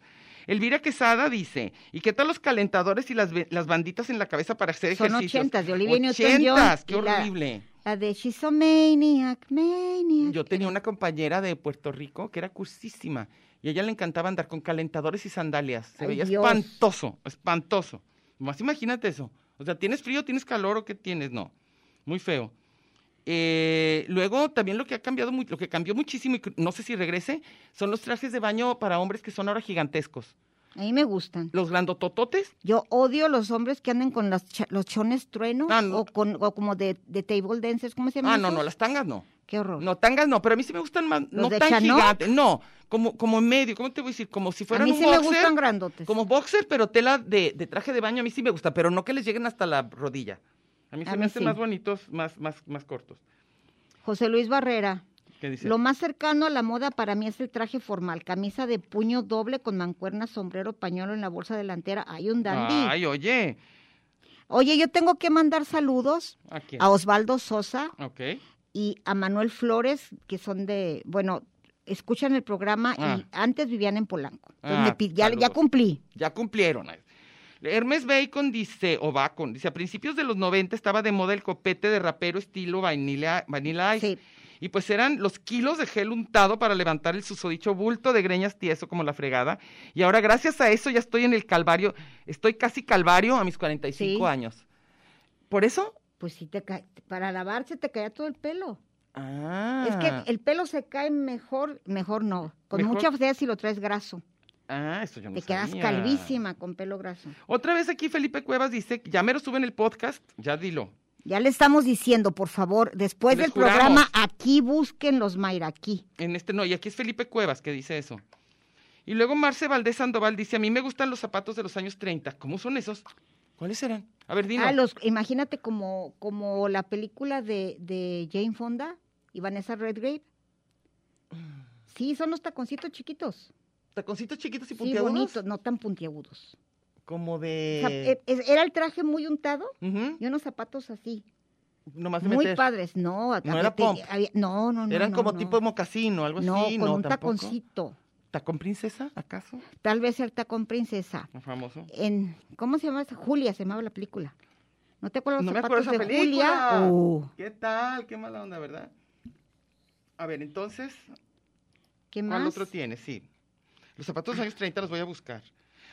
S5: Elvira Quesada dice, ¿y qué tal los calentadores y las, ve- las banditas en la cabeza para hacer
S2: Son
S5: ejercicios?
S2: ochentas, de Olivia Newton-John
S5: Ochentas, qué
S2: y la-
S5: horrible.
S2: La de She's a Maniac, Maniac.
S5: Yo tenía una compañera de Puerto Rico que era cursísima y a ella le encantaba andar con calentadores y sandalias. Se
S2: Ay,
S5: veía
S2: Dios.
S5: espantoso, espantoso. Más imagínate eso. O sea, ¿tienes frío, tienes calor o qué tienes? No, muy feo. Eh, luego también lo que ha cambiado, mu- lo que cambió muchísimo y cr- no sé si regrese, son los trajes de baño para hombres que son ahora gigantescos.
S2: A mí me gustan.
S5: Los grandotototes,
S2: Yo odio los hombres que andan con las cha- los chones trueno
S5: Ah, no.
S2: o, con, o como de, de table dancers, ¿cómo se llama?
S5: Ah, no, no, las tangas no.
S2: Qué horror.
S5: No, tangas no, pero a mí sí me gustan más, no
S2: de
S5: tan
S2: Chanel?
S5: gigantes, no, como, como en medio, ¿cómo te voy a decir? Como si
S2: a
S5: fueran
S2: mí
S5: un
S2: sí me
S5: boxer,
S2: gustan grandotes.
S5: como boxer, pero tela de, de traje de baño, a mí sí me gusta, pero no que les lleguen hasta la rodilla. A mí
S2: A
S5: se
S2: mí
S5: me hacen
S2: sí.
S5: más bonitos, más, más, más cortos.
S2: José Luis Barrera.
S5: ¿Qué dice?
S2: Lo más cercano a la moda para mí es el traje formal, camisa de puño doble con mancuerna, sombrero, pañuelo en la bolsa delantera. Hay un dandy.
S5: Ay, oye,
S2: Oye, yo tengo que mandar saludos
S5: ¿a quién?
S2: a Osvaldo Sosa
S5: Ok.
S2: y a Manuel Flores, que son de, bueno, escuchan el programa y
S5: Ah.
S2: antes vivían en Polanco. Entonces
S5: Ah,
S2: me pi- ya, ya
S5: saludos.
S2: cumplí.
S5: Ya cumplieron. Hermes Bacon dice, o Bacon, dice, a principios de los 90 estaba de moda el copete de rapero estilo Vanilla, vanilla Ice.
S2: Sí.
S5: Y pues eran los kilos de gel untado para levantar el susodicho bulto de greñas tieso como la fregada. Y ahora gracias a eso ya estoy en el calvario, estoy casi calvario a mis 45
S2: Sí.
S5: años. ¿Por eso?
S2: Pues sí, te ca- para lavarse te caía todo el pelo.
S5: Ah,
S2: Es que el pelo se cae mejor, mejor no. Con
S5: Mejor.
S2: mucha fea si lo traes graso.
S5: ah, eso yo no
S2: te quedas
S5: sabía.
S2: calvísima con pelo graso.
S5: Otra vez aquí Felipe Cuevas dice, ya mero suben el podcast, ya dilo.
S2: Ya le estamos diciendo, por favor, después
S5: Les
S2: del
S5: juramos.
S2: programa, aquí busquen los Mayra, aquí.
S5: En este no, y aquí es Felipe Cuevas que dice eso. Y luego Marce Valdés Sandoval dice, a mí me gustan los zapatos de los años 30. ¿Cómo son esos? ¿Cuáles serán? A ver, dinos.
S2: Ah, los, imagínate como, como la película de, de Jane Fonda y Vanessa Redgrave. Sí, son los taconcitos chiquitos.
S5: Taconcitos chiquitos y
S2: Sí,
S5: puntiagudos.
S2: bonitos, no tan puntiagudos.
S5: Como
S2: O sea,
S5: de...
S2: e- e- era el traje muy untado
S5: Ujú,
S2: y unos zapatos así.
S5: Nomás de
S2: Muy
S5: meter.
S2: padres, no.
S5: No
S2: había
S5: era
S2: te-
S5: pomp.
S2: había- no, no, no,
S5: Eran
S2: no,
S5: como
S2: no.
S5: tipo mocasino, algo
S2: No,
S5: así.
S2: con
S5: no,
S2: un
S5: tampoco.
S2: taconcito.
S5: ¿Tacón princesa, acaso?
S2: Tal vez el tacón princesa.
S5: ¿No famoso.
S2: en ¿cómo se llama esa? Julia se llamaba la película. ¿No te acuerdas
S5: no
S2: los
S5: me acuerdo
S2: zapatos
S5: esa
S2: de
S5: película.
S2: Julia? Uh,
S5: ¿Qué tal? Qué mala onda, ¿verdad? A ver, entonces,
S2: ¿Qué más?
S5: ¿Cuál otro tiene? Sí. Los zapatos de los años 30 los voy a buscar.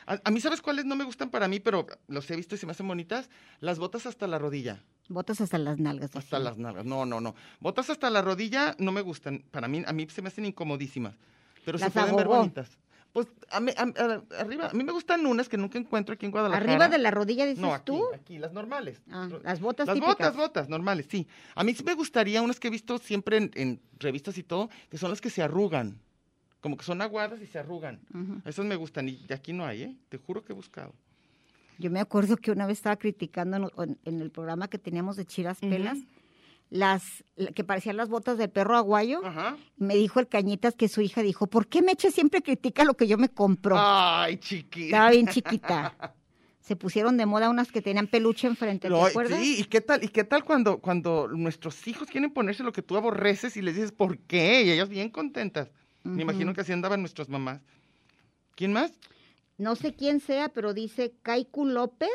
S5: A, a mí, ¿sabes cuáles no me gustan para mí, pero los he visto y se me hacen bonitas? Las botas hasta la rodilla.
S2: Botas hasta las nalgas.
S5: Hasta
S2: así.
S5: las nalgas. No, no, no. Botas hasta la rodilla no me gustan. Para mí, a mí se me hacen incomodísimas. Pero se
S2: Las
S5: pueden ver
S2: agogó.
S5: bonitas. Pues a mí- a- a- arriba, a mí me gustan unas que nunca encuentro aquí en Guadalajara.
S2: Arriba de la rodilla dices
S5: No, aquí,
S2: tú.
S5: aquí, las normales.
S2: Ah,
S5: Ro-
S2: las botas
S5: Las
S2: típicas.
S5: botas, botas, normales, sí. A mí sí me gustaría unas que he visto siempre en, en revistas y todo, que son las que se arrugan. Como que son aguadas y se arrugan.
S2: Ujú.
S5: Esas me gustan y de aquí no hay, ¿eh? Te juro que he buscado.
S2: Yo me acuerdo que una vez estaba criticando en, en- en el programa que teníamos de Chiras Pelas las la- que parecían las botas del perro aguayo.
S5: Ajá.
S2: Me dijo el Cañitas que su hija dijo, "¿Por qué Meche siempre critica lo que yo me compro?"
S5: Ay,
S2: Estaba
S5: chiquita.
S2: bien chiquita. Se pusieron de moda unas que tenían peluche enfrente, ¿te
S5: Lo-
S2: acuerdas?
S5: sí, ¿y qué tal? ¿Y qué tal cuando, cuando nuestros hijos quieren ponerse lo que tú aborreces y les dices por qué? Y ellas bien contentas. Me imagino que así andaban nuestras mamás. ¿Quién más?
S2: No sé quién sea, pero dice Kaiku López.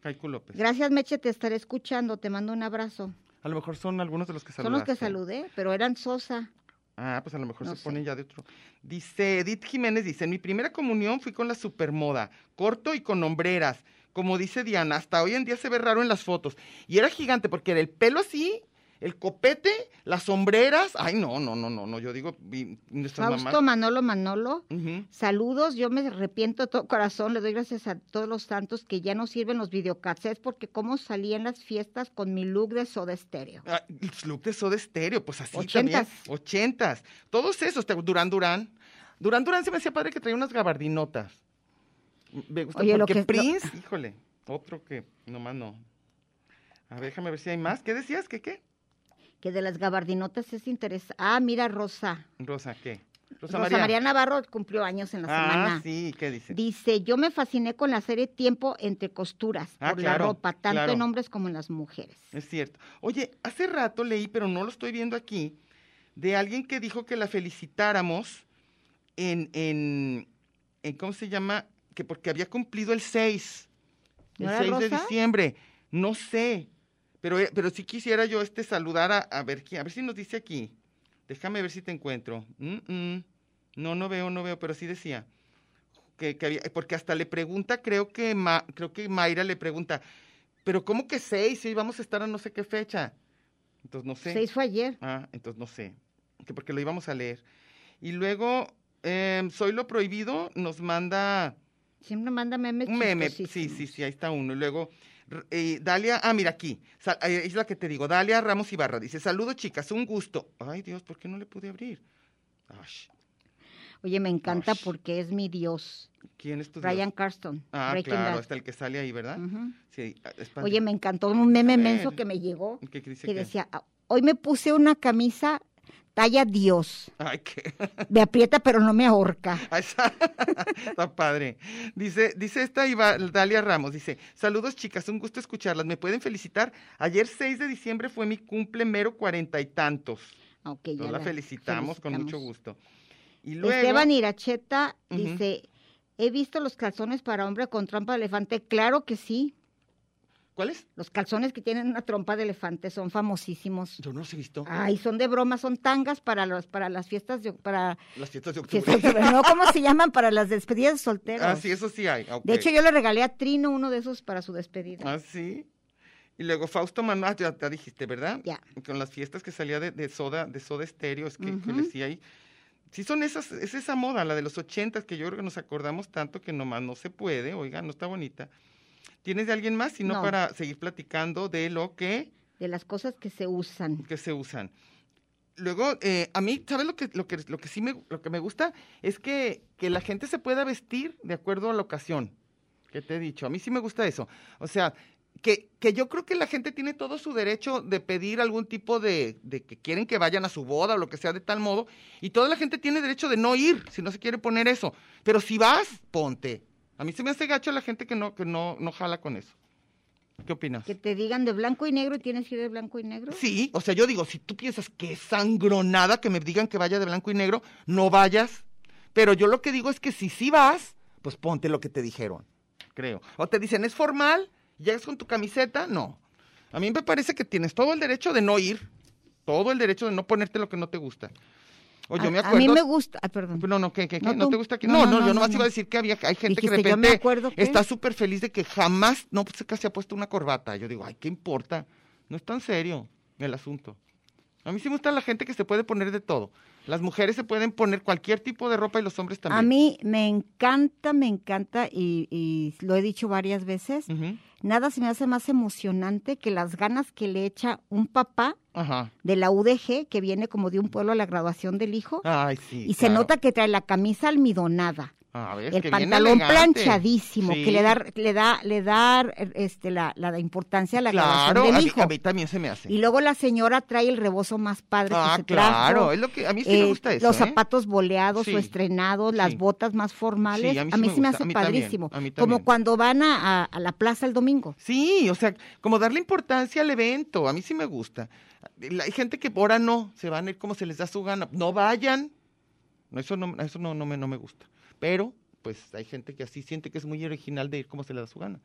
S5: Caico López.
S2: Gracias, Meche, te estaré escuchando. Te mando un abrazo.
S5: A lo mejor son algunos de los que
S2: Son los que
S5: saludaste.
S2: saludé, pero eran Sosa.
S5: Ah, pues a lo mejor
S2: No
S5: se
S2: sé.
S5: ponen ya de otro. Dice Edith Jiménez, dice, en mi primera comunión fui con la supermoda, corto y con hombreras. Como dice Diana, hasta hoy en día se ve raro en las fotos. Y era gigante porque era el pelo así, el copete, las hombreras. Ay, no, no, no, no, no. Yo digo, vi- nuestras
S2: Fausto
S5: mamás.
S2: Manolo Manolo.
S5: Ujú.
S2: Saludos, yo me arrepiento de todo corazón, le doy gracias a todos los santos que ya no sirven los videocassettes porque cómo salí en las fiestas con mi look de soda estéreo.
S5: Ah, el look de Soda Stereo, pues así
S2: Ochentas.
S5: también. Ochentas. Todos esos, te- Durán Durán. Durán Durán se me hacía padre que traía unas gabardinotas. Me gusta
S2: Oye, lo
S5: porque
S2: que- lo-
S5: Prince, híjole, otro que nomás no. A ver, déjame ver si hay más. ¿Qué decías? ¿Qué qué?
S2: Que de las gabardinotas es interesante. Ah, mira, Rosa.
S5: Rosa, ¿qué?
S2: Rosa, María. Navarro cumplió años en la semana.
S5: Ah, sí, ¿qué dice?
S2: Dice, yo me fasciné con la serie Tiempo entre costuras,
S5: Ah,
S2: por la
S5: claro,
S2: ropa, tanto
S5: claro.
S2: en hombres como en las mujeres.
S5: Es cierto. Oye, hace rato leí, pero no lo estoy viendo aquí, de alguien que dijo que la felicitáramos en, en, en ¿cómo se llama? Que porque había cumplido el 6, el
S2: ¿No era
S5: 6 de
S2: Rosa?
S5: diciembre. No sé, pero, eh, pero sí quisiera yo este saludar a, a ver quién, a ver si nos dice aquí. Déjame ver si te encuentro. Mm, mm. No, no veo, no veo, pero sí decía. Que, que había- porque hasta le pregunta, creo que, Ma- creo que Mayra le pregunta, pero ¿cómo que seis? Sí, vamos a estar a no sé qué fecha. Entonces no sé.
S2: Se hizo ayer.
S5: Ah, entonces no sé, que porque lo íbamos a leer. Y luego, em, Soy lo Prohibido nos manda
S2: Siempre manda memes.
S5: un meme. Sí, sí,
S2: chistosísimos.
S5: sí, ahí está uno. Y luego, r- eh, Dalia, ah, mira aquí, Sa- eh, es la que te digo, Dalia Ramos Ibarra dice, saludo chicas, un gusto. Ay Dios, ¿por qué no le pude abrir? Ash,
S2: Oye, me encanta
S5: Ush.
S2: porque es mi dios.
S5: ¿Quién es tu Dios?
S2: Brian Carston.
S5: Ah,
S2: Breaking
S5: claro,
S2: Bad.
S5: está el que sale ahí, ¿verdad?
S2: Ujú.
S5: Sí, ah, es
S2: Oye, me
S5: padre.
S2: encantó un meme
S5: A ver.
S2: menso que me llegó.
S5: ¿Qué que dice
S2: que
S5: que-
S2: decía, "Ah, hoy me puse una camisa talla Dios.
S5: Ay, qué.
S2: Me aprieta pero no me ahorca.
S5: Ah, Está, está padre. Dice, dice esta Iva- Dalia Ramos, dice, saludos chicas, un gusto escucharlas, me pueden felicitar. Ayer 6 de diciembre fue mi cumple mero cuarenta y tantos.
S2: Ah, ok, ya
S5: Nos la, felicitamos, con mucho
S2: felicitamos.
S5: gusto. Y luego,
S2: Esteban Iracheta
S5: Ujú.
S2: dice, he visto los calzones para hombre con trompa de elefante. Claro que sí.
S5: ¿cuál es?
S2: Los calzones que tienen una trompa de elefante son famosísimos.
S5: Yo no los he visto.
S2: Ay, son de broma, son tangas para los, para las fiestas de, para
S5: Las fiestas de octubre.
S2: fiestas de no, ¿cómo se llaman? Para las despedidas de solteros.
S5: ah, sí, eso sí hay.
S2: De hecho,
S5: ok.
S2: yo le regalé a Trino uno de esos para su despedida.
S5: Ah, sí. Y luego Fausto Manuel, ya, ya dijiste, ¿verdad?
S2: Ya.
S5: Con las fiestas que salía de, de soda, de soda estéreo, es que, que
S2: Ujú.
S5: decía ahí. Sí, son esas, es esa moda, la de los ochentas, que yo creo que nos acordamos tanto que nomás no se puede, oiga, no está bonita. ¿Tienes de alguien más? Sino
S2: No.
S5: para seguir platicando de lo que,
S2: De las cosas que se usan.
S5: que se usan. Luego, eh, a mí, ¿sabes lo que, lo que, lo que sí me, lo que me gusta? Es que, que la gente se pueda vestir de acuerdo a la ocasión. que te he dicho? A mí sí me gusta eso. O sea, que, que yo creo que la gente tiene todo su derecho de pedir algún tipo de, de que quieren que vayan a su boda o lo que sea de tal modo. Y toda la gente tiene derecho de no ir si no se quiere poner eso. Pero si vas, ponte. A mí se me hace gacho la gente que no, que no, no jala con eso. ¿Qué opinas?
S2: Que te digan de blanco y negro y tienes que ir de blanco y negro.
S5: Sí, o sea, yo digo, si tú piensas que es sangronada que me digan que vaya de blanco y negro, no vayas. Pero yo lo que digo es que si sí vas, pues ponte lo que te dijeron, creo. O te dicen, ¿es formal? ¿Llegas con tu camiseta? No. A mí me parece que tienes todo el derecho de no ir, todo el derecho de no ponerte lo que no te gusta. O yo
S2: a,
S5: me
S2: a
S5: acuerdo...
S2: mí me gusta. ah, perdón.
S5: No, no, ¿qué, qué, qué?
S2: No,
S5: ¿No,
S2: tú.
S5: te gusta que.?
S2: No,
S5: No,
S2: no,
S5: no,
S2: no,
S5: yo nomás
S2: no.
S5: iba a decir que había hay gente que de
S2: Dijiste, yo me
S5: repente
S2: acuerdo que-
S5: está súper feliz de que jamás no se- que se ha puesto una corbata. Yo digo, ay, ¿qué importa? No es tan serio el asunto. A mí sí me gusta la gente que se puede poner de todo. Las mujeres se pueden poner cualquier tipo de ropa y los hombres también.
S2: A mí me encanta, me encanta y, y lo he dicho varias veces.
S5: Ujú.
S2: Nada se me hace más emocionante que las ganas que le echa un papá
S5: Ajá.
S2: de la UDG que viene como de un pueblo a la graduación del hijo
S5: Ay, Ah, sí.
S2: y se
S5: claro.
S2: nota que trae la camisa almidonada.
S5: Ah, ves,
S2: el
S5: que bien
S2: pantalón
S5: elegante.
S2: planchadísimo
S5: Sí.
S2: que le da le da le da este la, la importancia a la
S5: Claro,
S2: graduación
S5: a
S2: del
S5: mí,
S2: hijo.
S5: a mí también se me hace.
S2: Y luego la señora trae el rebozo más padre
S5: Ah,
S2: que se
S5: claro,
S2: trajo.
S5: es lo que- a mí sí me gusta eso,
S2: Los
S5: ¿eh?
S2: zapatos boleados
S5: Sí,
S2: o estrenados, las
S5: sí.
S2: botas más formales.
S5: Sí,
S2: a mí sí, me,
S5: gusta,
S2: hace
S5: a mí también,
S2: padrísimo.
S5: a mí
S2: Como
S5: también.
S2: cuando van a, a- a la plaza el domingo.
S5: Sí, o sea, como darle importancia al evento, a mí sí me gusta. La- Hay gente que ahora no, se van a ir como se les da su gana, no vayan. No, Eso no, eso no, no, me, no me gusta. Pero, pues hay gente que así siente que es muy original de ir como se le da su gana.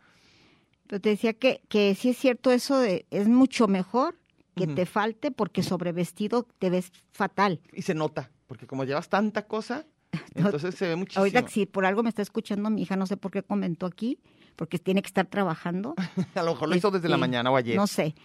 S2: Pero te decía que, que sí es cierto eso de es mucho mejor que
S5: Ujú.
S2: te falte porque sobrevestido te ves fatal.
S5: Y se nota, porque como llevas tanta cosa, entonces se ve muchísimo.
S2: Ahorita si por algo me está escuchando mi hija, no sé por qué comentó aquí, porque tiene que estar trabajando.
S5: A lo mejor lo hizo desde la
S2: Este,
S5: mañana o ayer.
S2: No sé.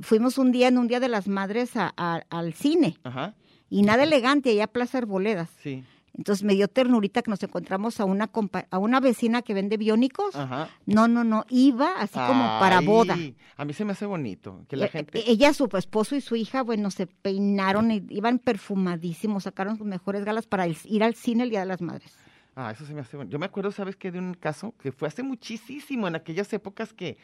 S2: Fuimos un día en un día de las madres a- a- al cine.
S5: Ajá,
S2: y nada elegante allá a Plaza Arboledas.
S5: sí,
S2: Entonces me dio ternurita que nos encontramos a una compa- a una vecina que vende biónicos.
S5: ajá.
S2: No, no, no, iba así como para
S5: Ah. Ay,
S2: boda.
S5: A mí se me hace bonito que la
S2: E-
S5: gente...
S2: Ella, su esposo y su hija, bueno, se peinaron, y iban perfumadísimos, sacaron sus mejores galas para el- ir al cine el Día de las Madres.
S5: Ah, eso se me hace bueno. Yo me acuerdo, ¿sabes qué? De un caso que fue hace muchísimo, en aquellas épocas que,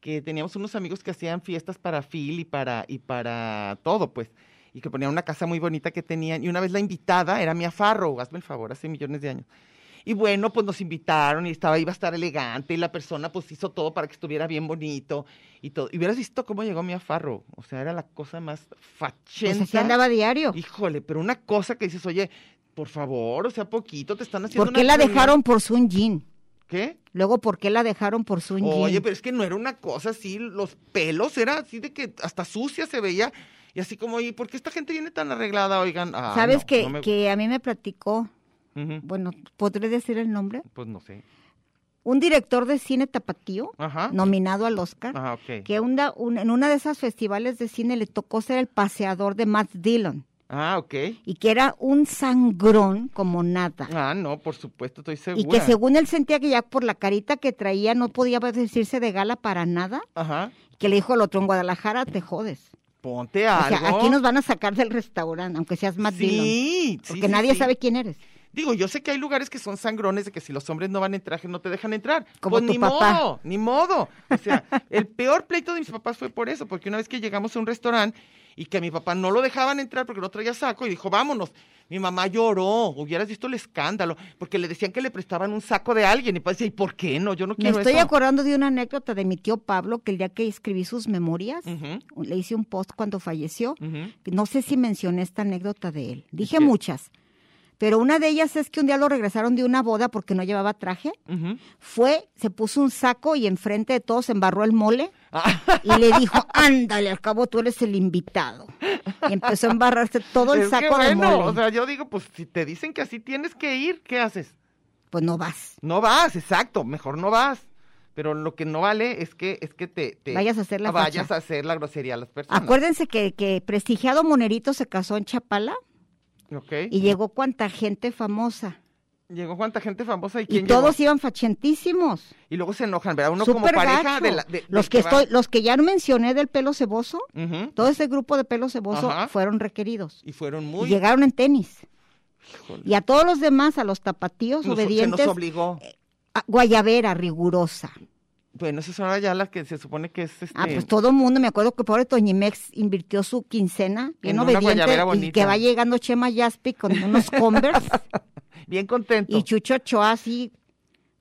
S5: que teníamos unos amigos que hacían fiestas para Phil y para, y para todo, pues. Y que ponían una casa muy bonita que tenían. Y una vez la invitada era Mia Farrow, hazme el favor, hace millones de años. Y bueno, pues nos invitaron y estaba, iba a estar elegante y la persona pues hizo todo para que estuviera bien bonito y todo. Y hubieras visto cómo llegó Mia Farrow. O sea, era la cosa más
S2: Pues
S5: fachenta.
S2: así andaba diario.
S5: Híjole, pero una cosa que dices, oye, por favor, o sea, poquito, te están haciendo.
S2: ¿Por qué
S5: una
S2: la
S5: reunión.
S2: dejaron por Sun Jin?
S5: ¿Qué?
S2: Luego, ¿por qué la dejaron por Sun Jin?
S5: Oye, pero es que no era una cosa así, los pelos, era así de que hasta sucia se veía. Y así como, oye, ¿por qué esta gente viene tan arreglada? Oigan, ah,
S2: ¿Sabes
S5: no,
S2: que,
S5: no me-
S2: que a mí me platicó,
S5: Ujú,
S2: bueno, ¿podré decir el nombre?
S5: Pues no sé.
S2: un director de cine tapatío
S5: Ajá.
S2: nominado al Oscar,
S5: Ah, ok.
S2: que una- un- en una de esas festivales de cine le tocó ser el paseador de Matt Dillon
S5: Ah, ok.
S2: y que era un sangrón como nada.
S5: Ah, no, por supuesto, estoy segura.
S2: Y que según él sentía que ya por la carita que traía no podía vestirse de gala para nada,
S5: Ajá.
S2: que le dijo el otro en Guadalajara, te jodes.
S5: Ponte
S2: O
S5: algo.
S2: sea, aquí nos van a sacar del restaurante, aunque seas Matt Dillon.
S5: Sí, sí,
S2: Porque
S5: sí,
S2: nadie
S5: sí.
S2: sabe quién eres.
S5: Digo, yo sé que hay lugares que son sangrones de que si los hombres no van en traje no te dejan entrar.
S2: Como
S5: pues
S2: tu
S5: ni
S2: papá.
S5: modo, ni modo. O sea, el peor pleito de mis papás fue por eso, porque una vez que llegamos a un restaurante y que a mi papá no lo dejaban entrar porque no traía saco y dijo, vámonos. Mi mamá lloró, hubieras visto el escándalo, porque le decían que le prestaban un saco de alguien y pues decía, ¿y por qué no? Yo no
S2: Me
S5: quiero
S2: estoy
S5: eso".
S2: acordando de una anécdota de mi tío Pablo, que el día que escribí sus memorias,
S5: Ujú,
S2: le hice un post cuando falleció.
S5: ujú.
S2: No sé si mencioné esta anécdota de él. Dije
S5: qué?
S2: muchas. Pero una de ellas es que un día lo regresaron de una boda porque no llevaba traje.
S5: Ujú.
S2: Fue, se puso un saco y enfrente de todos embarró el mole
S5: Ah,
S2: y le dijo, ándale, al cabo tú eres el invitado. Y empezó a embarrarse todo el
S5: es que
S2: saco de
S5: bueno,
S2: mole.
S5: o sea, yo digo, pues si te dicen que así tienes que ir, ¿qué haces?
S2: Pues no vas.
S5: No vas, exacto, mejor no vas. Pero lo que no vale es que es que te, te-
S2: Vayas a hacer la
S5: vayas
S2: facha.
S5: a hacer la grosería a las personas.
S2: Acuérdense que, que prestigiado Monerito se casó en Chapala
S5: Ok.
S2: y llegó cuanta gente famosa.
S5: Llegó cuánta gente famosa y
S2: Y
S5: quién llegó?
S2: todos iban fachentísimos.
S5: Y luego se enojan, ¿verdad? Uno como
S2: Súper
S5: pareja
S2: gacho.
S5: de la- de- del
S2: los que,
S5: va-
S2: estoy, los que ya mencioné del pelo ceboso,
S5: Ujú.
S2: todo ese grupo de pelo ceboso
S5: Ajá.
S2: fueron requeridos.
S5: Y fueron
S2: Y
S5: muy
S2: llegaron en tenis.
S5: Híjole.
S2: Y a todos los demás, a los tapatíos
S5: Nos- se nos
S2: obedientes, eh,
S5: obligó.
S2: a- guayabera rigurosa.
S5: Bueno, esas son ya las que se supone que es este
S2: Ah, pues todo el mundo, me acuerdo que pobre Toñimex invirtió su quincena, bien
S5: En una
S2: obediente,
S5: guayabera
S2: y
S5: bonita.
S2: que va llegando Chema Yaspi con unos Converse
S5: bien contento.
S2: y Chucho Ochoa así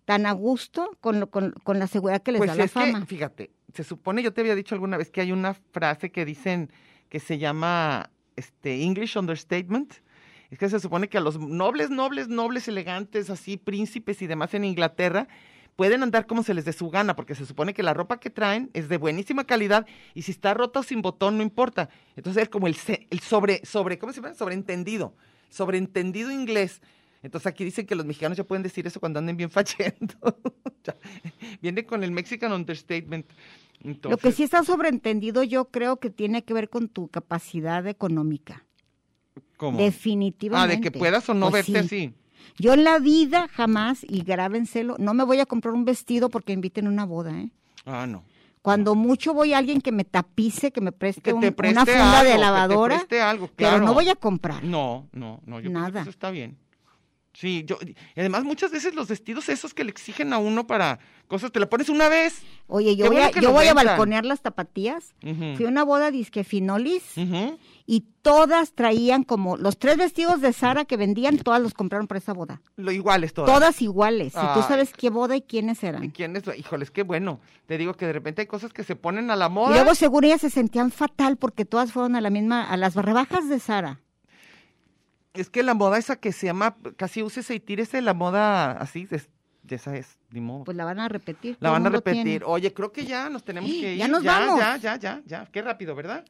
S2: tan a gusto con, lo- con, con la seguridad que les
S5: pues
S2: da la
S5: es que,
S2: fama.
S5: fíjate, se supone, yo te había dicho alguna vez que hay una frase que dicen que se llama este English understatement. Es que se supone que a los nobles, nobles, nobles, elegantes, así, príncipes y demás en Inglaterra, pueden andar como se les dé su gana, porque se supone que la ropa que traen es de buenísima calidad y si está rota o sin botón, no importa. Entonces es como el, se- el sobre, sobre, ¿cómo se llama? Sobreentendido. Sobreentendido inglés. Entonces aquí dicen que los mexicanos ya pueden decir eso cuando anden bien fachendo. Ya, Viene con el Mexican understatement.
S2: Lo que
S5: Entonces,
S2: sí está sobreentendido yo creo que tiene que ver con tu capacidad económica.
S5: ¿cómo? Ah,
S2: Definitivamente.
S5: de que puedas o no
S2: Pues
S5: verte
S2: sí.
S5: así.
S2: Yo en la vida jamás, y grábenselo, no me voy a comprar un vestido porque inviten a una boda, ¿eh?
S5: Ah, no.
S2: Cuando mucho voy a alguien que me tapice, que me preste,
S5: Que
S2: un-
S5: te preste
S2: una funda
S5: algo,
S2: de
S5: que te
S2: lavadora,
S5: preste algo,
S2: pero
S5: claro.
S2: no voy a comprar.
S5: No, no, no, yo Nada.
S2: Nada.
S5: eso está bien. Sí, yo, y además muchas veces los vestidos esos que le exigen a uno para cosas, te la pones una vez.
S2: Oye, yo
S5: Qué
S2: voy,
S5: bueno
S2: a,
S5: que
S2: yo
S5: nos
S2: voy a
S5: vendan.
S2: balconear las tapatías.
S5: Ujú.
S2: Fui a una boda disque finolis
S5: Ujú.
S2: y todas traían como los tres vestidos de Sara que vendían, todas los compraron para esa boda.
S5: Lo igual es todo.
S2: Todas iguales. Y tú
S5: Ay.
S2: sabes qué boda y quiénes eran.
S5: ¿Y quién es? Híjoles, qué bueno. Te digo que de repente hay cosas que se ponen a la
S2: Y
S5: moda.
S2: luego según ellas se sentían fatal porque todas fueron a la misma, a las rebajas de Sara.
S5: Es que la moda esa que se llama, casi úsese y tírese, la moda así, es- de esa es, ni modo.
S2: Pues la van a repetir. todo
S5: la
S2: el
S5: van a
S2: mundo tiene.
S5: repetir. Oye, creo que ya nos tenemos que ir.
S2: Ya nos
S5: ya,
S2: vamos.
S5: ya, ya, ya, ya. Qué rápido, ¿verdad?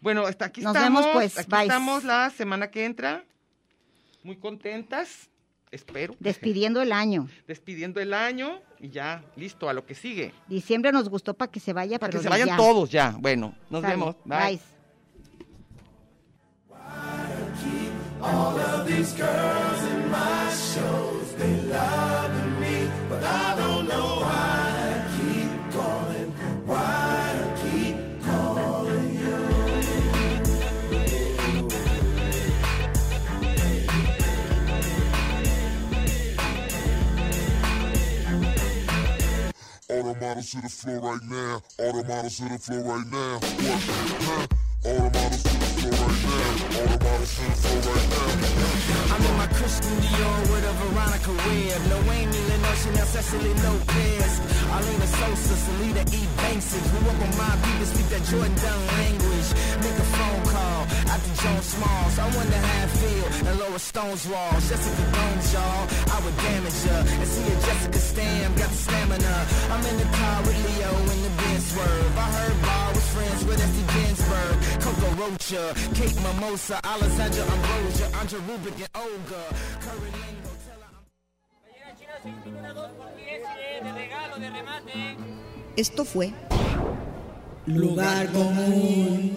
S5: Bueno, hasta aquí
S2: Nos
S5: estamos.
S2: vemos, pues.
S5: Aquí
S2: Bye.
S5: estamos la semana que entra. Muy contentas. Espero.
S2: Despidiendo el año.
S5: Despidiendo el año y ya, listo, a lo que sigue.
S2: Diciembre nos gustó para que se vaya.
S5: Para
S2: pero
S5: que se
S2: de
S5: vayan
S2: ya.
S5: todos ya. Bueno, nos
S2: Sale.
S5: vemos.
S2: Bye.
S7: All the models to the floor right now. All the models to the floor right now. What? Huh? All the models to the floor right now. All the models to the floor right now.
S8: I'm in my Christian Dior with a Veronica Webb. No Amy, no Chanel, Cecily Lopez. Alina Sosa, Salida E. Banks. Grew up on my people, speak that Jordan Dunn language. Make a phone call after Joan Smalls. I wonder how it feel and Laura Stone's walls. Jessica Jones, y'all, I would damage her. And see if Jessica Stam got the stamina. I'm in the car with Leo in the Benz swerve. I heard Ball was friends with Esty Ginsburg. Coco Rocha, Kate Mimosa, Alessandra Ambrosia, Andrew Rubin, and Olga. Curry Lingo, tell her I'm-
S9: Chino, 6, 1, 2, 10, 7,
S1: Esto fue
S10: Lugar común.